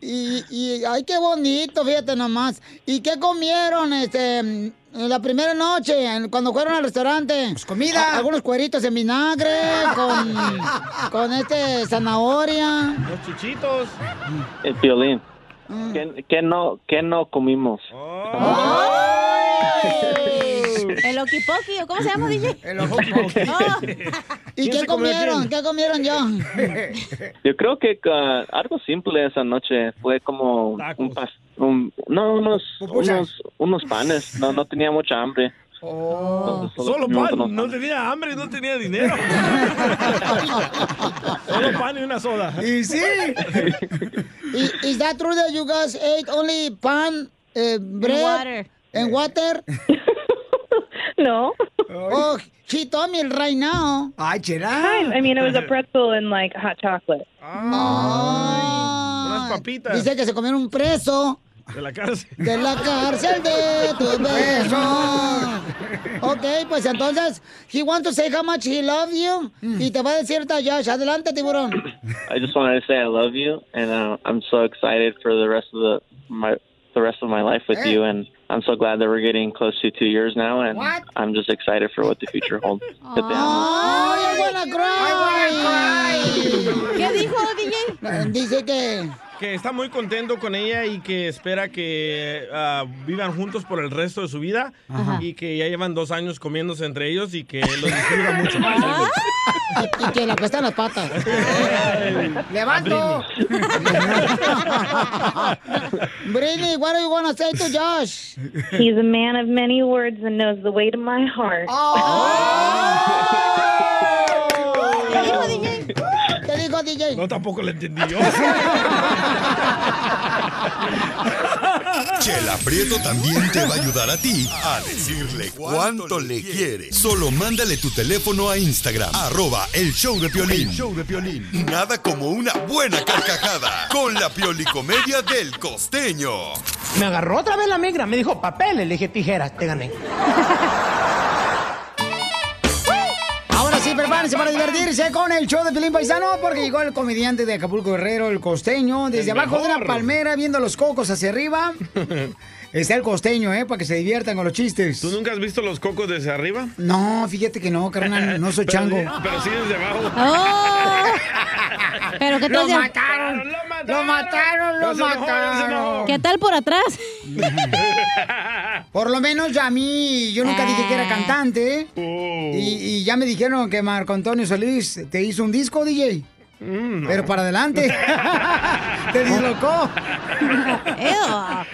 Speaker 1: y, y, ay, qué bonito, fíjate nomás. ¿Y qué comieron, este, en la primera noche, en- cuando fueron al restaurante? Pues comida. algunos cueritos en vinagre, con, con este, zanahoria.
Speaker 2: Los chichitos.
Speaker 23: El violín. ¿Qué, qué no, ¿Qué no comimos?
Speaker 3: El okipoki, ¿o cómo se llama, DJ?
Speaker 9: El
Speaker 1: ¿Y
Speaker 2: Oh.
Speaker 9: ¿Quién
Speaker 1: qué
Speaker 9: se comió a
Speaker 1: comieron?
Speaker 9: quién?
Speaker 1: ¿Qué comieron yo?
Speaker 23: Yo creo que ah, algo simple esa noche fue como un pas- un- no unos, unos unos panes. No no tenía mucha hambre.
Speaker 1: Oh.
Speaker 2: Solo pan, no tenía hambre, no tenía dinero. Solo pan y una soda.
Speaker 1: Y sí.
Speaker 9: Is, is that true that you guys ate only pan, eh, bread,
Speaker 3: water.
Speaker 9: and water?
Speaker 11: no.
Speaker 9: Oh, she told me right now.
Speaker 1: Ay,
Speaker 11: Kind. I mean, it was a pretzel and like hot chocolate.
Speaker 1: Ah,
Speaker 9: Unas papitas. Dice que se comieron un preso
Speaker 2: De la cárcel.
Speaker 9: de la cárcel de tu beso. Ok, pues entonces, he wants to say how much he loves you.
Speaker 2: Mm.
Speaker 9: Y te va a decir Tayash, adelante, tiburón.
Speaker 23: I just wanted to say I love you, and uh, I'm so excited for the rest of the my the rest of my life with you, and I'm so glad that we're getting close to two years now, and
Speaker 9: What?
Speaker 23: I'm just excited for what the future holds. With them.
Speaker 9: ¡Ay, I wanna cry!
Speaker 3: ¿Qué dijo, DJ?
Speaker 9: Dice que...
Speaker 2: Que está muy contento con ella y que espera que ah, vivan juntos por el resto de su vida
Speaker 9: Ajá.
Speaker 2: y que ya llevan dos años comiéndose entre ellos y que lo disfruta mucho.
Speaker 9: Y que le apestan las patas.
Speaker 1: ¡Levanto!
Speaker 9: Britney, what do you want to say to Josh?
Speaker 11: He's a man of many words and knows the way to my heart.
Speaker 9: ¿Qué dijo, DJ? ¿Qué dijo, DJ?
Speaker 2: No, tampoco le entendí yo.
Speaker 5: Chela Prieto también te va a ayudar a ti a decirle cuánto le quiere. Solo mándale tu teléfono a Instagram, arroba el show de Piolín.
Speaker 4: El
Speaker 5: Nada como una buena carcajada con la piolicomedia del costeño.
Speaker 4: Me agarró otra vez la migra, me dijo papeles, le dije tijeras, te gané.
Speaker 1: Ahora sí, prepárense para divertirse con el show de Pelín Paisano, porque llegó el comediante de Acapulco Guerrero, el costeño, desde
Speaker 2: El
Speaker 1: abajo de
Speaker 2: mejor.
Speaker 1: la palmera, viendo los cocos hacia arriba. Está el costeño, ¿eh? Para que se diviertan con los chistes.
Speaker 2: ¿Tú nunca has visto los cocos desde arriba?
Speaker 1: No, fíjate que no, carnal, no soy
Speaker 2: Pero
Speaker 1: chango.
Speaker 2: sí- Pero sí desde abajo.
Speaker 1: ¡Oh!
Speaker 3: Pero qué
Speaker 1: Lo
Speaker 3: tal.
Speaker 1: mataron, lo mataron, lo mataron.
Speaker 3: ¿Qué tal por atrás?
Speaker 1: Por lo menos ya a mí, yo nunca dije que era cantante. ¿eh?
Speaker 2: Uh.
Speaker 1: Y, y ya me dijeron que Marco Antonio Solís te hizo un disco, DJ.
Speaker 2: Mm,
Speaker 1: Pero para adelante. te dislocó.
Speaker 3: A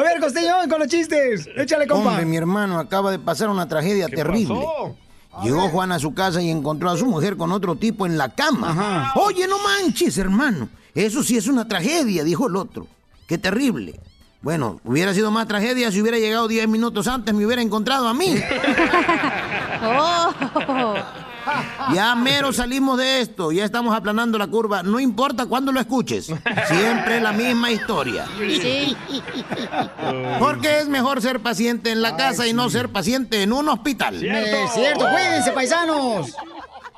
Speaker 1: ver, Costeño, con los chistes. Échale, compa.
Speaker 4: Hombre, mi hermano acaba de pasar una tragedia terrible.
Speaker 2: Oh,
Speaker 4: Llegó Juan a su casa y encontró a su mujer con otro tipo en la cama. Oye, no manches, hermano. Eso sí es una tragedia, dijo el otro. Qué terrible. Bueno, hubiera sido más tragedia si hubiera llegado 10 minutos antes, me hubiera encontrado a mí. Oh. Ya mero salimos de esto, ya estamos aplanando la curva, no importa cuándo lo escuches, siempre la misma historia.
Speaker 3: Sí.
Speaker 4: Porque es mejor ser paciente en la casa y no ser paciente en un hospital.
Speaker 1: Es cierto, cuídense, paisanos.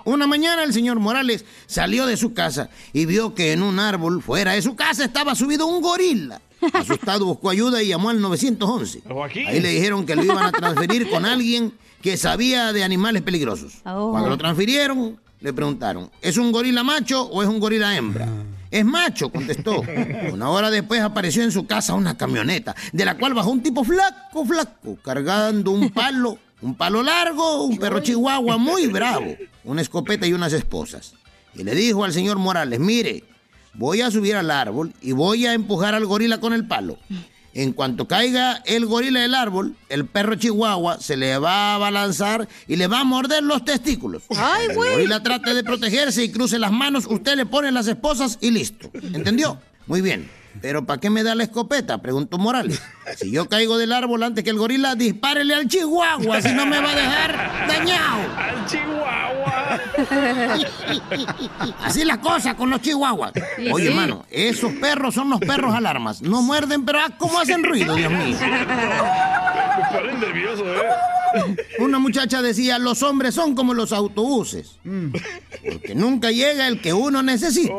Speaker 4: Una mañana el señor Morales salió de su casa y vio que en un árbol fuera de su casa estaba subido un gorila. Asustado buscó ayuda y llamó al 911. Ahí le dijeron que lo iban a transferir con alguien que sabía de animales peligrosos. Cuando lo transfirieron, le preguntaron, ¿es un gorila macho o es un gorila hembra? Es macho, contestó. Una hora después apareció en su casa una camioneta, de la cual bajó un tipo flaco, flaco, cargando un palo, un palo largo, un perro chihuahua muy bravo, una escopeta y unas esposas. Y le dijo al señor Morales, mire, voy a subir al árbol y voy a empujar al gorila con el palo. En cuanto caiga el gorila del árbol, el perro chihuahua se le va a balanzar y le va a morder los testículos.
Speaker 3: ¡Ay,
Speaker 4: el
Speaker 3: güey!
Speaker 4: gorila trate de protegerse y cruce las manos, usted le pone las esposas y listo. ¿Entendió? Muy bien. ¿Pero para qué me da la escopeta? Preguntó Morales. Si yo caigo del árbol antes que el gorila, dispárele al chihuahua, si no me va a dejar dañado.
Speaker 2: ¡Al
Speaker 4: chihuahua! Así las cosas con los chihuahuas.
Speaker 2: Sí,
Speaker 4: Oye,
Speaker 2: sí.
Speaker 4: hermano, esos perros son los perros alarmas. No muerden, pero ah, ¿cómo hacen ruido, Dios mío?
Speaker 2: Me ponen nervioso, ¿eh?
Speaker 4: Una muchacha decía, los hombres son como los autobuses.
Speaker 3: Mm.
Speaker 4: Porque nunca llega el que uno necesita.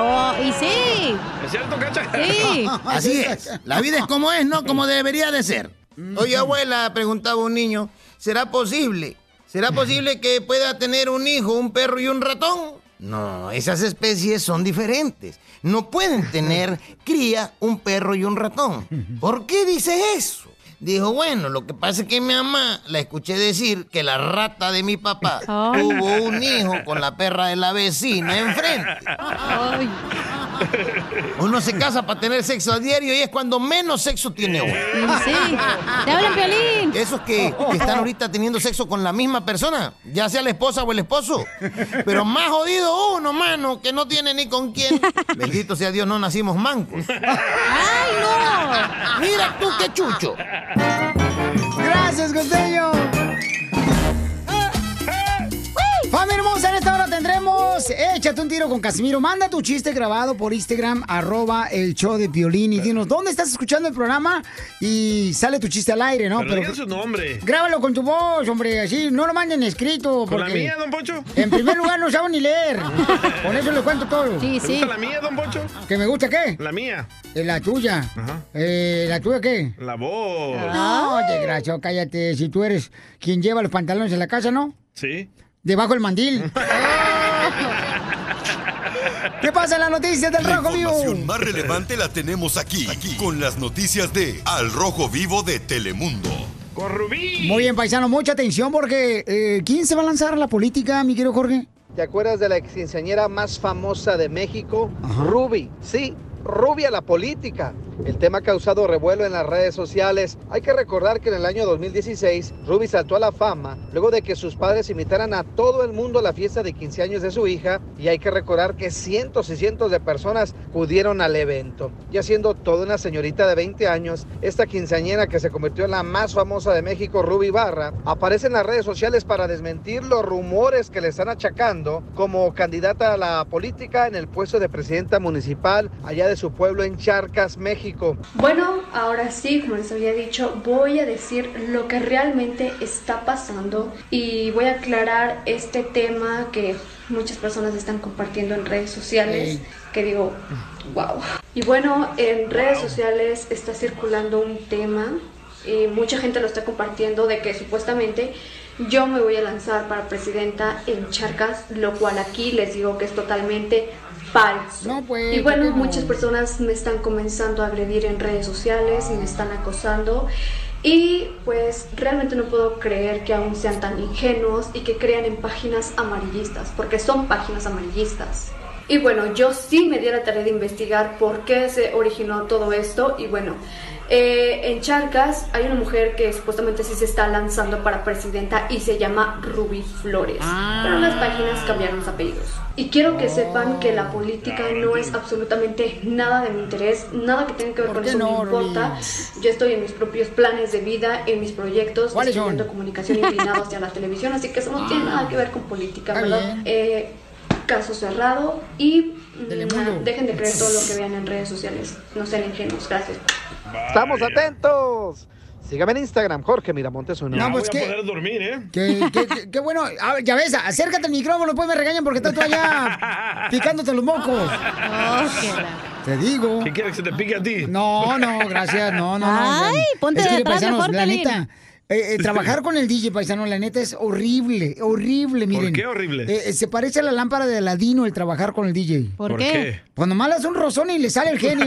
Speaker 3: Oh, y sí.
Speaker 2: ¿Es cierto, Cacha?
Speaker 3: Sí.
Speaker 4: Así es. La vida es como es, no como debería de ser.
Speaker 9: eh.
Speaker 4: Oye, abuela, preguntaba un niño, ¿será posible? ¿Será posible que pueda tener un hijo, un perro y un ratón? No, esas especies son diferentes. No pueden tener cría, un perro y un ratón. ¿Por qué dice eso? Dijo, bueno, lo que pasa es que mi mamá la escuché decir que la rata de mi papá tuvo un hijo con la perra de la vecina enfrente. Uno se casa para tener sexo a diario y es cuando menos sexo tiene uno.
Speaker 3: Sí. Te hablan, Piolín.
Speaker 4: Esos que, que están ahorita teniendo sexo con la misma persona, ya sea la esposa o el esposo. Pero más jodido uno, mano, que no tiene ni con quién. Bendito sea Dios, no nacimos mancos. ¡Ay, no! Mira tú qué chucho.
Speaker 1: Gracias, Costeño. Familia hermosa, en esta hora tendremos Échate un tiro con Casimiro. Manda tu chiste grabado por Instagram, arroba el show de Piolín y dinos dónde estás escuchando el programa y sale tu chiste al aire, ¿no?
Speaker 2: Pero digan su nombre.
Speaker 1: Grábalo con tu voz, hombre, así, no lo manden escrito.
Speaker 2: ¿Con la
Speaker 1: porque-
Speaker 2: mía, don Poncho?
Speaker 1: En primer lugar, no saben ni leer. Con eso les cuento todo.
Speaker 2: Sí, ¿Te sí. gusta la mía, don Poncho?
Speaker 1: ¿Que me gusta qué?
Speaker 2: La mía.
Speaker 1: Eh, La tuya. Eh, ¿La tuya qué?
Speaker 2: La voz.
Speaker 1: No, desgraciado, cállate. Si tú eres quien lleva los pantalones en la casa, ¿no?
Speaker 2: Sí.
Speaker 1: Debajo del mandil. ¿Qué pasa en las noticias del
Speaker 5: La
Speaker 1: Rojo
Speaker 5: información
Speaker 1: Vivo?
Speaker 5: más relevante la tenemos aquí, aquí, con las noticias de Al Rojo Vivo de Telemundo.
Speaker 1: Muy bien, paisano, mucha atención porque eh, ¿quién se va a lanzar a la política, mi querido Jorge?
Speaker 6: ¿Te acuerdas de la quinceañera más famosa de México? Ruby. Sí, Ruby a la política. El tema ha causado revuelo en las redes sociales. Hay que recordar que en el año 2016, Ruby saltó a la fama luego de que sus padres invitaran a todo el mundo a la fiesta de 15 años de su hija. Y hay que recordar que cientos y cientos de personas acudieron al evento. Ya siendo toda una señorita de 20 años, esta quinceañera que se convirtió en la más famosa de México, Ruby Barra, aparece en las redes sociales para desmentir los rumores que le están achacando como candidata a la política en el puesto de presidenta municipal allá de su pueblo en Charcas, México.
Speaker 7: Bueno, ahora sí, como les había dicho, voy a decir lo que realmente está pasando y voy a aclarar este tema que muchas personas están compartiendo en redes sociales,
Speaker 24: Ey.
Speaker 7: que digo, wow. Y bueno, en redes sociales está circulando un tema y mucha gente lo está compartiendo de que supuestamente yo me voy a lanzar para presidenta en Charcas, lo cual aquí les digo que es totalmente falso. y bueno,
Speaker 24: ¿cómo?
Speaker 7: muchas personas me están comenzando a agredir en redes sociales y me están acosando. Y pues realmente no puedo creer que aún sean tan ingenuos y que crean en páginas amarillistas, porque son páginas amarillistas. Y bueno, yo sí me di a la tarea de investigar por qué se originó todo esto. Y bueno, eh, en Charcas hay una mujer que supuestamente sí se está lanzando para presidenta y se llama Ruby Flores.
Speaker 1: Ah.
Speaker 7: Pero las páginas cambiaron los apellidos. Y quiero que sepan que la política no es absolutamente nada de mi interés, nada que tenga que ver con
Speaker 1: qué
Speaker 7: eso
Speaker 1: no,
Speaker 12: Ruby?
Speaker 7: me importa. Yo estoy en mis propios planes de vida, en mis proyectos,
Speaker 1: ¿Cuáles son? Ah.
Speaker 7: estudiando comunicación inclinado hacia la televisión, así que eso no tiene nada que ver con política,
Speaker 24: Está
Speaker 7: ¿verdad?
Speaker 24: bien.
Speaker 7: Eh, caso cerrado y mm,
Speaker 24: Telemundo.
Speaker 7: dejen de creer todo lo que vean en redes sociales. No sean ingenuos, gracias.
Speaker 6: Estamos atentos. Sígame en Instagram, Jorge Miramontes uno.
Speaker 1: No, pues
Speaker 2: Voy a poder dormir, ¿eh?
Speaker 1: Qué, qué- qué- qué bueno. A ver, ya ves, acércate al micrófono, después me regañan porque estás tú allá picándote los mocos. Te digo.
Speaker 2: ¿Qué quieres que se te pique a ti?
Speaker 1: No, no, gracias, no, no, no.
Speaker 2: Ay, ponte
Speaker 1: es que,
Speaker 2: detrás
Speaker 1: paisanos,
Speaker 2: mejor,
Speaker 1: la
Speaker 2: Pelín.
Speaker 1: neta, eh, eh, trabajar con el DJ paisano, la neta es horrible, horrible, miren.
Speaker 2: qué horrible?
Speaker 1: Eh, eh, se parece a la lámpara de Aladino el trabajar con el DJ.
Speaker 2: ¿Por ¿Por qué? qué?
Speaker 1: Pues nomás le hace un rozón y le sale el genio.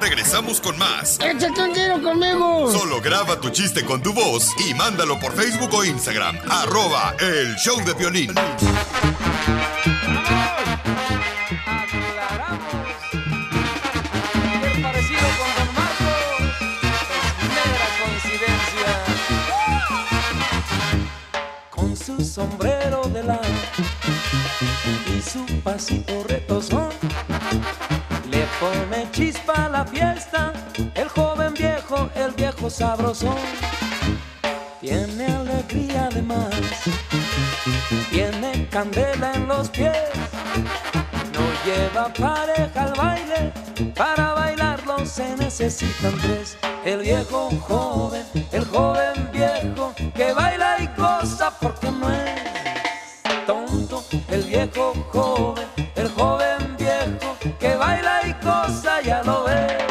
Speaker 5: Regresamos con más.
Speaker 1: ¡Échate un tiro conmigo!
Speaker 5: Solo graba tu chiste con tu voz y mándalo por Facebook o Instagram. Arroba el show de violín.
Speaker 12: con su sombrero de lado y su pasito retozón. Le pone chispa a la fiesta el joven viejo, el viejo sabrosón. Tiene alegría de más, tiene candela en los pies. No lleva pareja al baile, para bailarlo se necesitan tres. El viejo joven, el joven viejo, que baila y goza porque no es tonto. El viejo joven, el joven viejo, que baila y goza, ya lo ves.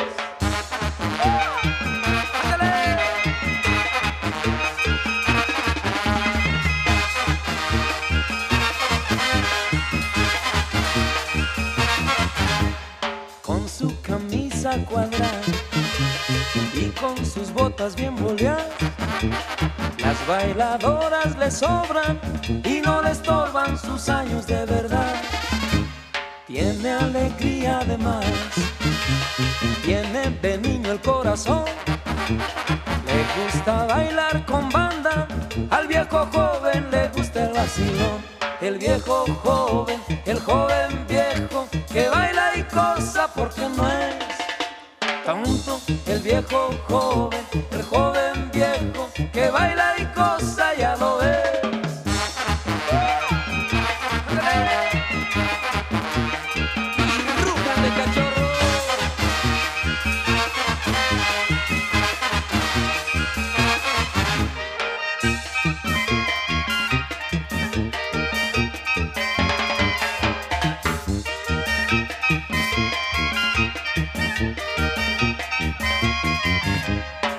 Speaker 12: con su camisa cuadrada y con sus botas bien boleadas. Las bailadoras le sobran y no le estorban sus años de verdad. tiene alegría de más. Tiene de niño el corazón, le gusta bailar con banda, al viejo joven le gusta el vacilón. El viejo joven, el joven viejo, que baila y cosa porque no es tonto. El viejo joven, el joven viejo, que baila y cosa ya lo ves.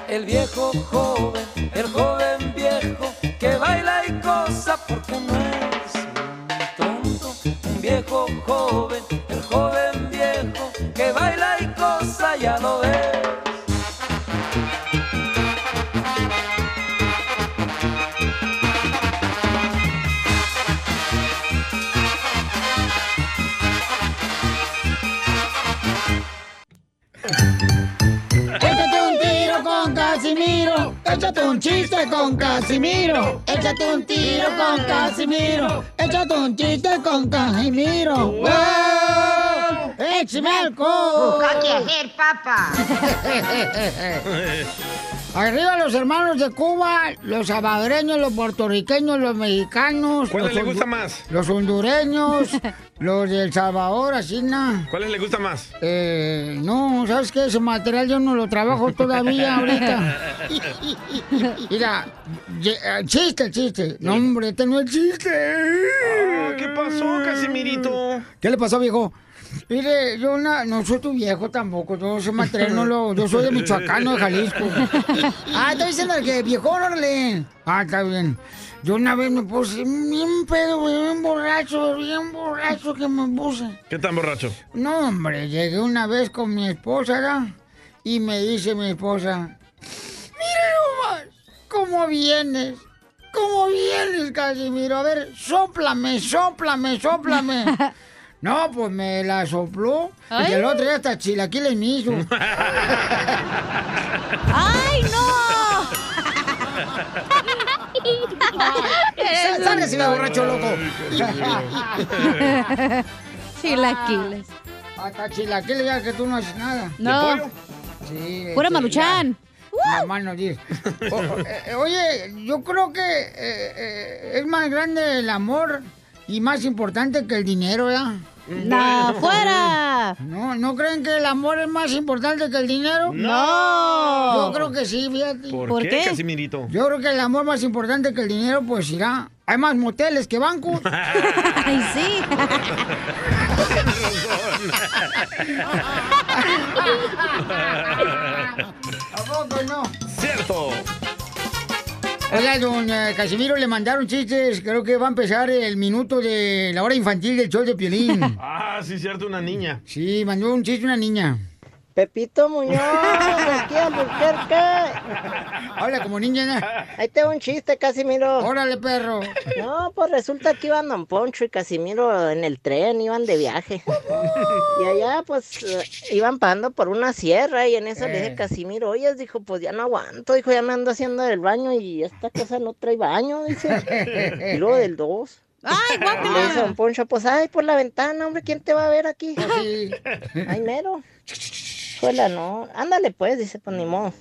Speaker 12: El viejo joven, el joven viejo, que baila y goza porque no es un tonto. Un viejo joven, el joven viejo, que baila y goza ya lo ves.
Speaker 1: Échate un tiro con Casimiro. Échate un chiste con Casimiro. Échate un tiro con Casimiro. Échate un chiste con Casimiro. ¡Wow! ¡Échame alcohol!
Speaker 7: papa!
Speaker 1: Arriba los hermanos de Cuba, los salvadoreños, los puertorriqueños, los mexicanos. los
Speaker 2: ¿Cuáles le
Speaker 1: hondu-
Speaker 2: gusta más?
Speaker 1: Los hondureños, los del Salvador, así na.
Speaker 2: ¿Cuáles le gusta más?
Speaker 1: Eh, no, ¿sabes qué? Ese material yo no lo trabajo todavía ahorita. Mira, ye- eh, chiste, chiste. No, hombre, este no es chiste.
Speaker 2: Ah, ¿Qué pasó, Casimirito?
Speaker 1: ¿Qué le pasó, viejo? Mire, yo na- no soy tu viejo tampoco, yo soy material, no lo, yo soy de Michoacán, no de Jalisco. Ah, está diciendo que viejo, órale. Ah, está bien. Yo una vez me puse bien pedo, güey, bien borracho, bien borracho que me puse.
Speaker 2: ¿Qué tan borracho?
Speaker 1: No, hombre, llegué una vez con mi esposa, ¿verdad? Y me dice mi esposa, mira nomás, ¿cómo vienes? ¿Cómo vienes, Casimiro? A ver, sóplame, sóplame, sóplame. No, pues me la sopló y
Speaker 7: Ay.
Speaker 1: el otro día hasta chilaquiles me hizo.
Speaker 7: ¡Ay,
Speaker 1: no!
Speaker 7: Eres
Speaker 1: Sálgase,
Speaker 7: un-
Speaker 1: me borracho loco.
Speaker 9: Chilaquiles.
Speaker 1: Ah, Hasta chilaquiles ya que tú no haces nada.
Speaker 9: No. ¿De pollo?
Speaker 1: Sí. este,
Speaker 9: Pura
Speaker 1: sí,
Speaker 9: maruchan.
Speaker 1: ya. Nomás no dices. O- o- eh, oye, yo creo que eh, eh, es más grande el amor y más importante que el dinero, ¿ya?
Speaker 9: ¡No, fuera!
Speaker 1: No, ¿no creen que el amor es más importante que el dinero?
Speaker 9: No.
Speaker 1: Yo creo que sí, fíjate.
Speaker 2: ¿Por, qué, Casimirito?
Speaker 1: Yo creo que el amor más importante que el dinero, pues irá. Hay más moteles que bancos. Ay, sí. ¿A poco no?
Speaker 2: ¡Cierto!
Speaker 1: Oiga, don eh, Casimiro le mandaron chistes. Creo que va a empezar el minuto de la hora infantil del show de Piolín.
Speaker 2: Ah, sí, cierto, una niña.
Speaker 1: Sí, mandó un chiste una niña.
Speaker 25: Pepito Muñoz, aquí a cerca.
Speaker 1: Habla como niña.
Speaker 25: Ahí tengo un chiste, Casimiro.
Speaker 1: Órale, perro.
Speaker 25: No, pues resulta que iban Don Poncho y Casimiro en el tren, iban de viaje. Y allá, pues, eh, iban pasando por una sierra y en eso le
Speaker 3: Eh.
Speaker 25: dije, Casimiro, oye, dijo, pues ya no aguanto, dijo, ya me ando haciendo del baño y esta cosa no trae baño, dice. Y luego del dos. Ay, Le dice Don Poncho, pues, ay, por la ventana, hombre, ¿quién te va a ver aquí?
Speaker 1: Pues
Speaker 25: Ay, mero. Hola, no. Ándale, pues, dice, pues, ni modo.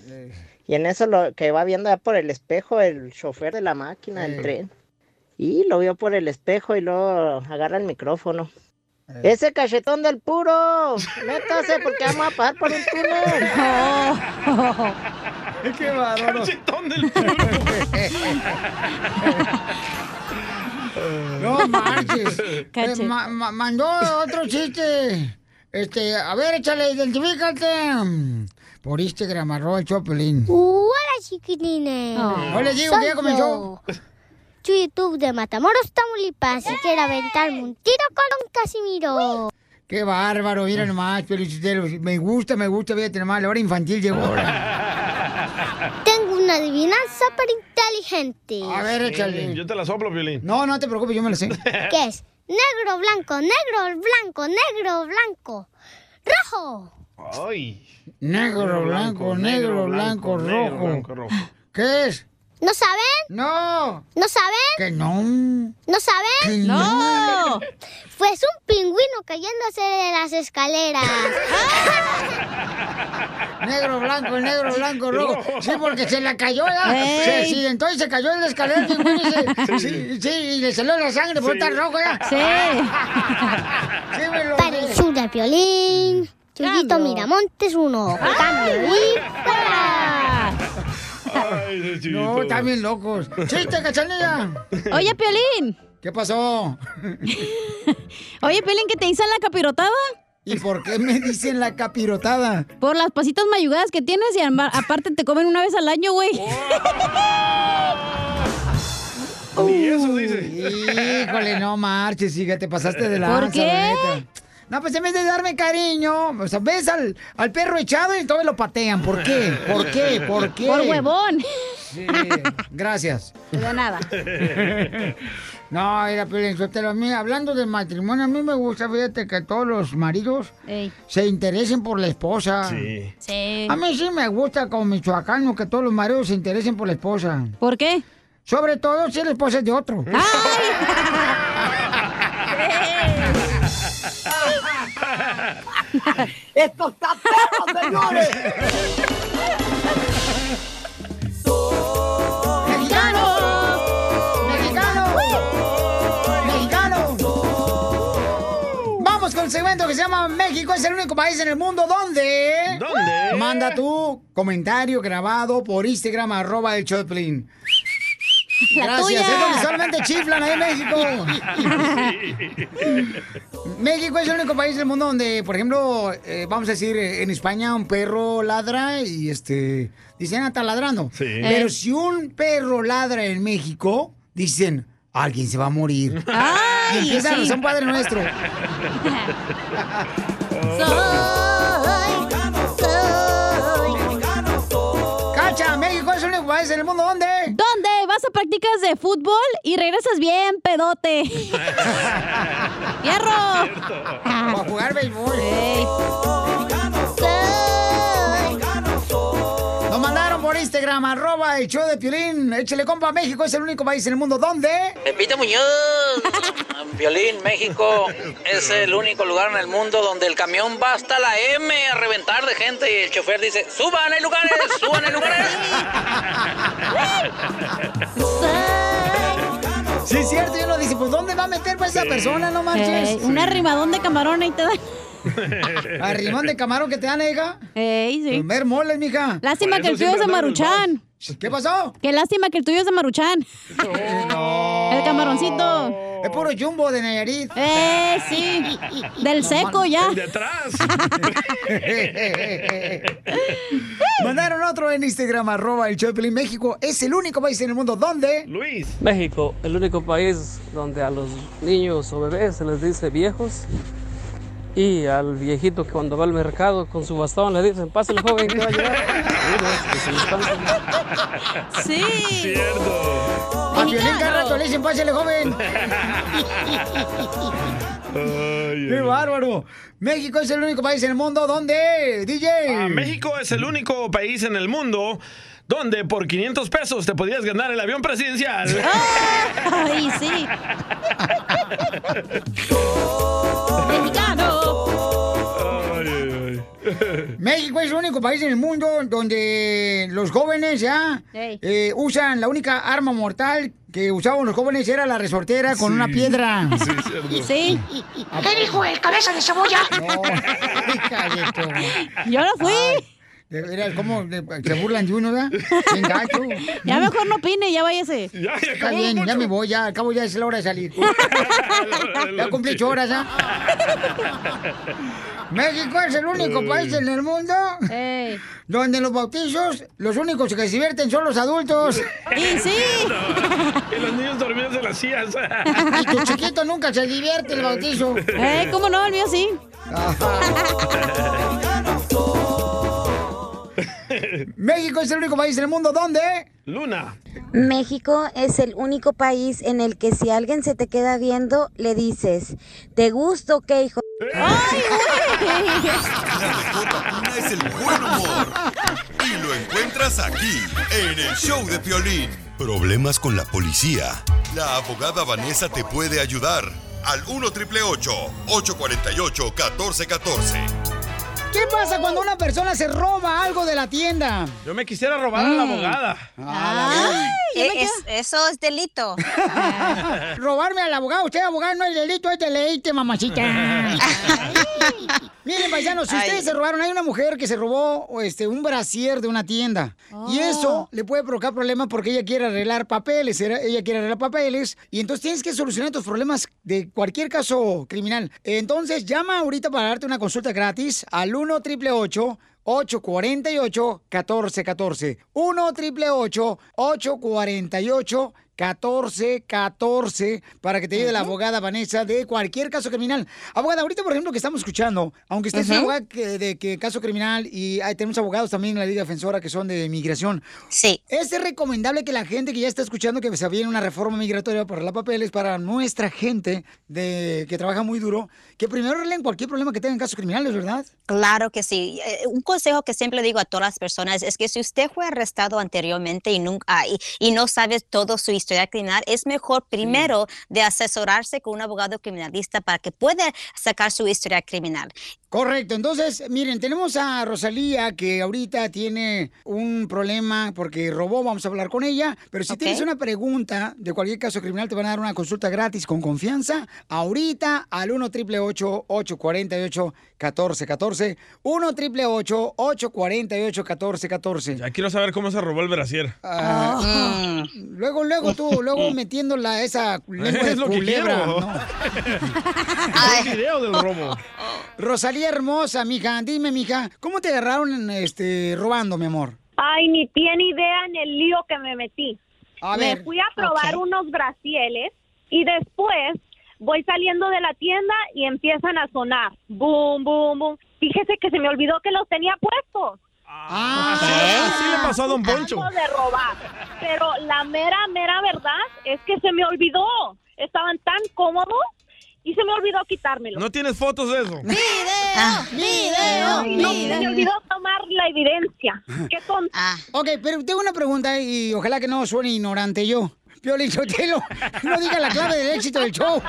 Speaker 25: Y en eso lo que va viendo ya por el espejo el chofer de la máquina del
Speaker 3: Ey.
Speaker 25: tren. Y lo vio por el espejo y luego agarra el micrófono. Ese cachetón del puro, métase porque vamos a pasar por un
Speaker 1: Eh,
Speaker 25: túnel.
Speaker 1: ¡Qué bárbaro!
Speaker 25: ¡Cachetón del puro!
Speaker 1: No marches.
Speaker 25: Caché.
Speaker 1: Eh, ma- ma- mandó otro chiste. Este, a ver, échale, identifícate. Por Instagram, arroba el Choplin.
Speaker 26: Hola, chiquitines.
Speaker 1: No le digo que ya comenzó.
Speaker 26: Soy yo, YouTube de Matamoros, Tamaulipas. Y quiero aventarme un tiro con Don Casimiro.
Speaker 1: Qué bárbaro,
Speaker 2: Ah.
Speaker 1: mira nomás, feliciteros. Me gusta, me gusta, fíjate nomás, la hora infantil llegó.
Speaker 26: Tengo una adivinanza para inteligentes.
Speaker 1: A ver, échale.
Speaker 2: Mm, Yo te la soplo, Violín.
Speaker 1: No, no te preocupes, yo me lo sé.
Speaker 26: ¿Qué es? Negro, blanco, negro, blanco, negro, blanco. Rojo.
Speaker 2: Ay.
Speaker 1: Negro, blanco, negro, blanco,
Speaker 2: negro,
Speaker 1: rojo.
Speaker 2: blanco, rojo.
Speaker 1: ¿Qué es?
Speaker 26: ¿No saben?
Speaker 1: No.
Speaker 26: ¿No saben?
Speaker 1: Que no.
Speaker 26: ¿No saben?
Speaker 1: no.
Speaker 26: Pues un pingüino cayéndose de las escaleras.
Speaker 1: Negro, blanco, negro, blanco, rojo. Sí, porque se la cayó, ¿ya?
Speaker 9: Ey.
Speaker 1: Sí, sí, entonces se cayó en la escalera el pingüino y se- sí, sí, y le salió la sangre, por estar rojo, ¿ya? Sí, me lo
Speaker 26: Para el show del violín. Chuyito Miramontes uno. Cambio y
Speaker 1: No, están bien locos. ¡Chiste, cachanilla!
Speaker 3: Oye, Piolín.
Speaker 1: ¿Qué pasó?
Speaker 3: Oye, Piolín, ¿que te dicen la capirotada?
Speaker 1: ¿Y por qué me dicen la capirotada?
Speaker 3: Por las pasitas mayugadas que tienes y ama- aparte te comen una vez al año, güey.
Speaker 9: Oh.
Speaker 2: Ni eso dice.
Speaker 1: Híjole, no marches, hija, te pasaste de lanza, la
Speaker 2: ¿Por qué?
Speaker 1: neta. No, pues en vez de darme cariño, o sea, ves al, al perro echado y todos lo patean. ¿Por qué? ¿Por qué? ¿Por qué?
Speaker 3: Por huevón.
Speaker 1: Sí, gracias.
Speaker 3: De nada.
Speaker 1: No, era Piolín, a mí, hablando del matrimonio, a mí me gusta, fíjate, que todos los maridos se interesen por la esposa.
Speaker 9: Sí.
Speaker 3: Sí.
Speaker 1: A mí sí me gusta como michoacano que todos los maridos se interesen por la esposa.
Speaker 3: ¿Por qué?
Speaker 1: Sobre todo si la esposa es de otro.
Speaker 9: ¡Esto está perro, señores!
Speaker 1: ¡Mexicano! ¡Mexicano! ¡Mexicano! Vamos con el segmento que se llama México es el único país en el mundo donde...
Speaker 2: ¿Dónde?
Speaker 1: Manda tu comentario grabado por Instagram, arroba el Choplin.
Speaker 9: La
Speaker 1: Gracias,
Speaker 9: tuya.
Speaker 1: es donde solamente chiflan ahí en México. México es el único país del mundo donde, por ejemplo, eh, vamos a decir, eh, en España un perro ladra y este dicen, ah, está ladrando. Pero
Speaker 9: Eh.
Speaker 1: si un perro ladra en México, dicen, alguien se va a morir.
Speaker 9: Ay,
Speaker 1: y empiezan,
Speaker 9: sí.
Speaker 1: son padre nuestro. ¡Cacha! México es el único país en el mundo donde.
Speaker 3: ¿Dónde? Vas a prácticas de fútbol y regresas bien, pedote. ¡Hierro!
Speaker 1: Para jugar béisbol. Nos mandaron por Instagram, arroba el show de Piolín. Échale compa, México es el único país en el mundo donde...
Speaker 17: Pepito Muñoz, Violín, México es el único lugar en el mundo donde el camión va hasta la M a reventar de gente y el chofer dice, suban hay lugares, suban hay lugares.
Speaker 1: Sí, es cierto, yo lo dice, pues ¿dónde va a meter pues, esa
Speaker 3: Sí.
Speaker 1: persona? No manches.
Speaker 3: Ey, Eh, un arrimadón de camarón ahí te dan.
Speaker 1: Arrimón de camarón que te dan, hija.
Speaker 3: Ey, sí.
Speaker 1: Comer moles, mija.
Speaker 3: Lástima que el tuyo es de Maruchan.
Speaker 1: ¿Qué pasó?
Speaker 3: Qué lástima que el tuyo es de Maruchan. El camaroncito.
Speaker 1: Es puro jumbo de Nayarit.
Speaker 3: Eh, sí. Del seco ya.
Speaker 1: El de Mandaron otro en Instagram, arroba el show de Piolín. México es el único país en el mundo donde...
Speaker 2: Luis.
Speaker 15: México, el único país donde a los niños o bebés se les dice viejos y al viejito que cuando va al mercado con su bastón le dicen, pásale joven que va a llegar.
Speaker 3: Sí.
Speaker 2: Cierto.
Speaker 1: A Piolín cada rato le dicen, pásale, joven. ¡Qué bárbaro! México es el único país en el mundo donde, DJ.
Speaker 2: Ah, México es el único país en el mundo donde por 500 pesos te podías ganar el avión presidencial.
Speaker 3: Ay, sí. Mexicano.
Speaker 1: México es el único país en el mundo donde los jóvenes ya
Speaker 9: Ey.
Speaker 1: eh, usan la única arma mortal que usaban los jóvenes era la resortera con
Speaker 9: Sí.
Speaker 1: una piedra.
Speaker 9: Sí,
Speaker 1: Sí.
Speaker 9: cierto.
Speaker 1: ¿Qué dijo el cabeza de cebolla? No,
Speaker 3: Yo no fui.
Speaker 1: Mira, cómo de- se burlan de uno, ¿verdad? Bien gacho.
Speaker 3: Ya mejor no opine, ya váyase.
Speaker 1: Está bien, ya me voy, ya. Al cabo ya es la hora de salir. ya cumplí ocho horas, ¿ya? México es el único
Speaker 9: Ay.
Speaker 1: país en el mundo donde los bautizos, los únicos que se divierten son los adultos.
Speaker 2: Y los niños dormidos de las sillas.
Speaker 1: Y tu chiquito nunca se divierte el bautizo.
Speaker 2: Eh, ¿cómo
Speaker 3: no? El mío sí.
Speaker 1: México es el único país del mundo donde...
Speaker 2: Luna.
Speaker 19: México es el único país en el que si alguien se te queda viendo, le dices, ¿te gusto qué, hijo?
Speaker 5: vacuna es el buen humor. Y lo encuentras aquí, en el show de Piolín. Problemas con la policía. La abogada Vanessa te puede ayudar. Al 1 848 1414.
Speaker 1: ¿Qué pasa cuando una persona se roba algo de la tienda?
Speaker 2: Yo me quisiera robar a
Speaker 1: Mm.
Speaker 2: la abogada.
Speaker 1: Ay,
Speaker 19: Eh, es- eso es delito.
Speaker 2: Ah.
Speaker 1: Robarme al abogado, usted abogado no es delito, es deleite, mamacita. Ay. Miren, paisanos, si
Speaker 19: Ay.
Speaker 1: ustedes se robaron, hay una mujer que se robó este, un brasier de una tienda.
Speaker 2: Oh.
Speaker 1: Y eso le puede provocar problemas porque ella quiere arreglar papeles, era- ella quiere arreglar papeles. Y entonces tienes que solucionar tus problemas de cualquier caso criminal. Entonces llama ahorita para darte una consulta gratis al 1 888 848 1414 1 888 848 1414 para que te ayude la
Speaker 9: Ujú.
Speaker 1: abogada Vanessa de cualquier caso criminal. Abogada, ahorita por ejemplo que estamos escuchando, aunque usted sea
Speaker 19: Ujú.
Speaker 1: abogada que- de que caso criminal y ahí tenemos abogados también en la Liga Defensora que son de migración.
Speaker 19: Sí.
Speaker 1: ¿Es recomendable que la gente que ya está escuchando que se viene una reforma migratoria para la papeles para nuestra gente de que trabaja muy duro, que primero arreglen cualquier problema que tengan en casos criminales, ¿verdad?
Speaker 19: Claro que sí. Eh, Un consejo que siempre digo a todas las personas es que si usted fue arrestado anteriormente y, nunca, ah, y, y no sabe todo su historia criminal, es mejor primero de asesorarse con un abogado criminalista para que pueda sacar su historia criminal.
Speaker 1: Correcto, entonces, miren, tenemos a Rosalía que ahorita tiene un problema porque robó, vamos a hablar con ella, pero si
Speaker 19: Ok.
Speaker 1: tienes una pregunta de cualquier caso criminal te van a dar una consulta gratis con confianza ahorita al 1 888 848 1414 1 888 848 1414
Speaker 2: Ya quiero saber cómo se robó el brasier.
Speaker 1: Ah, Luego, luego tú, luego metiendo la, esa lengua de
Speaker 2: Oh. Es lo que
Speaker 1: culebra,
Speaker 2: quiero.
Speaker 1: ¿no?
Speaker 2: Un video del robo.
Speaker 1: Rosalía hermosa, mija, dime, mija, ¿cómo te agarraron este, robando, mi amor?
Speaker 20: Ay, ni tiene idea en el lío que me metí.
Speaker 1: A
Speaker 20: me
Speaker 1: ver,
Speaker 20: fui a probar
Speaker 1: ok.
Speaker 20: unos bracieles y después voy saliendo de la tienda y empiezan a sonar. Boom, boom, boom. Fíjese que se me olvidó que los tenía puestos.
Speaker 2: Así Ah, le pasó a Don Poncho.
Speaker 20: Acabo de robar. Pero la mera, mera verdad es que se me olvidó. Estaban tan cómodos y se me olvidó quitármelos.
Speaker 2: ¿No tienes fotos de eso?
Speaker 20: video,
Speaker 1: video.
Speaker 20: se me olvidó tomar la evidencia. ¿Qué son?
Speaker 1: Ah. Ok, pero tengo una pregunta y ojalá que no suene ignorante yo. Piolín Sotelo, no diga la clave del éxito del show.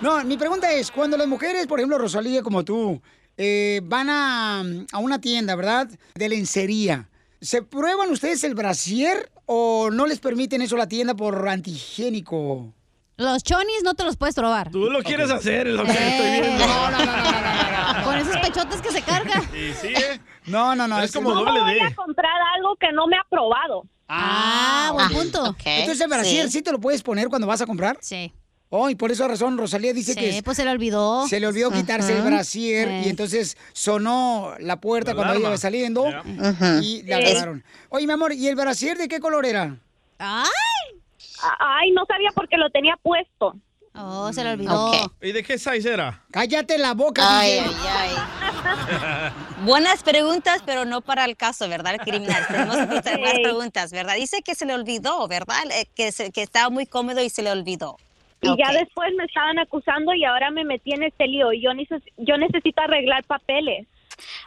Speaker 1: No, mi pregunta es, cuando las mujeres, por ejemplo, Rosalía como tú, eh, van a, a una tienda, ¿verdad? De lencería, ¿se prueban ustedes el brasier o no les permiten eso la tienda por antihigiénico?
Speaker 3: Los chonis no te los puedes probar.
Speaker 2: Tú lo quieres hacer, es lo que estoy viendo.
Speaker 3: Con esos pechotes que se carga.
Speaker 2: Y sí, ¿eh?
Speaker 1: No, no, no.
Speaker 2: Es como
Speaker 20: ¿Cómo
Speaker 2: doble
Speaker 20: voy
Speaker 2: D.
Speaker 20: a comprar algo que no me ha probado?
Speaker 1: Ah,
Speaker 20: buen punto.
Speaker 1: Entonces el brasier sí. te lo puedes poner cuando vas a comprar.
Speaker 3: Sí.
Speaker 1: Oh, y por esa razón Rosalía dice
Speaker 3: Sí,
Speaker 1: que... es-
Speaker 3: pues se le olvidó.
Speaker 1: Se le olvidó quitarse el
Speaker 3: Ajá.
Speaker 1: brasier
Speaker 3: Eh.
Speaker 1: y entonces sonó la puerta
Speaker 3: La
Speaker 1: cuando
Speaker 3: alarma.
Speaker 1: ella iba saliendo y la
Speaker 20: Eh.
Speaker 1: agarraron. Oye, mi amor, ¿y el brasier de qué color era?
Speaker 20: ¡Ay! Ay, no sabía porque lo tenía puesto.
Speaker 3: Oh, se
Speaker 20: le
Speaker 2: ¿Y de qué size era?
Speaker 1: Cállate la boca,
Speaker 19: Ay,
Speaker 1: DJ.
Speaker 19: ay, ay. Buenas preguntas, pero no para el caso, ¿verdad? Criminal. Tenemos que hacer más
Speaker 20: Sí.
Speaker 19: preguntas, ¿verdad? Dice que se le olvidó, ¿verdad? Eh, Que, se- que estaba muy cómodo y se le olvidó.
Speaker 20: Y ya
Speaker 19: Ok.
Speaker 20: después me estaban acusando y ahora me metí en este lío. Y yo, neces- yo necesito arreglar papeles.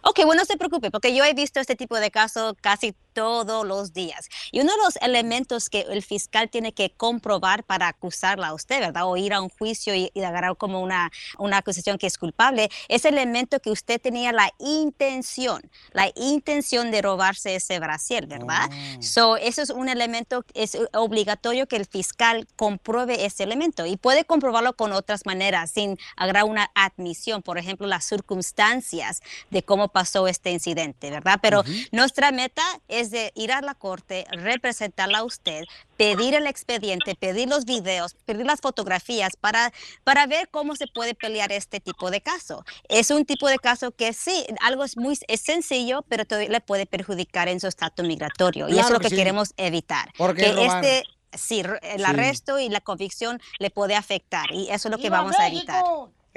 Speaker 19: Ok, bueno, no se preocupe, porque yo he visto este tipo de casos casi todos los días. Y uno de los elementos que el fiscal tiene que comprobar para acusarla a usted, ¿verdad? O ir a un juicio y, y agarrar como una, una acusación que es culpable, es el elemento que usted tenía la intención, la intención de robarse ese brasier, ¿verdad? So, eso es un elemento, es obligatorio que el fiscal compruebe ese elemento y puede comprobarlo con otras maneras, sin agarrar una admisión, por ejemplo, las circunstancias de cómo pasó este incidente, ¿verdad? Pero nuestra meta es de ir a la corte, representarla a usted, pedir el expediente, pedir los videos, pedir las fotografías para, para ver cómo se puede pelear este tipo de caso. Es un tipo de caso que sí, algo es muy es sencillo, pero todavía le puede perjudicar en su estatus migratorio. y eso
Speaker 18: Claro
Speaker 19: es lo
Speaker 18: que
Speaker 19: que
Speaker 18: sí.
Speaker 19: queremos evitar.
Speaker 18: Porque
Speaker 19: que
Speaker 18: robar.
Speaker 19: este sí, r- el
Speaker 18: Sí.
Speaker 19: arresto y la convicción le puede afectar y eso es lo que
Speaker 18: ¡Viva
Speaker 19: vamos a evitar.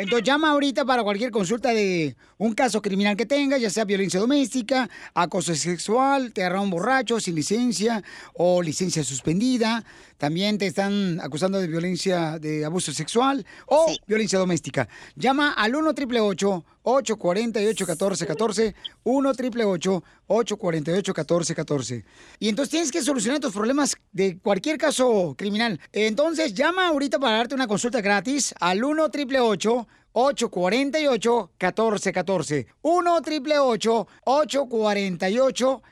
Speaker 1: Entonces llama ahorita para cualquier consulta de un caso criminal que tenga, ya sea violencia doméstica, acoso sexual, te agarraron borracho sin licencia o licencia suspendida. También te están acusando de violencia de abuso sexual o violencia doméstica. Llama al 1 888 848 1414 1 888 848 1414 Y entonces pues, tienes que solucionar tus problemas de cualquier caso criminal. Entonces llama ahorita para darte una consulta gratis al 1 888 848 1414 1 888 848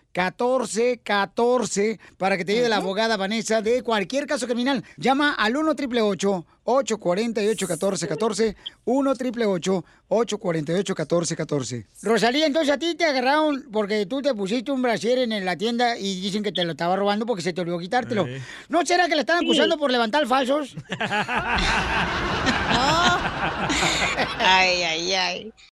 Speaker 1: 1414 para que te ayude la abogada Vanessa de cualquier caso criminal. Llama al 1 888 848 1414 1 888 848 1414 Rosalía, entonces a ti te agarraron porque tú te pusiste un brasier en la tienda y dicen que te lo estaba robando porque se te olvidó quitártelo.
Speaker 9: Sí.
Speaker 1: ¿No será que le están
Speaker 9: Sí.
Speaker 1: acusando por levantar falsos?
Speaker 19: Ay, ay, ay.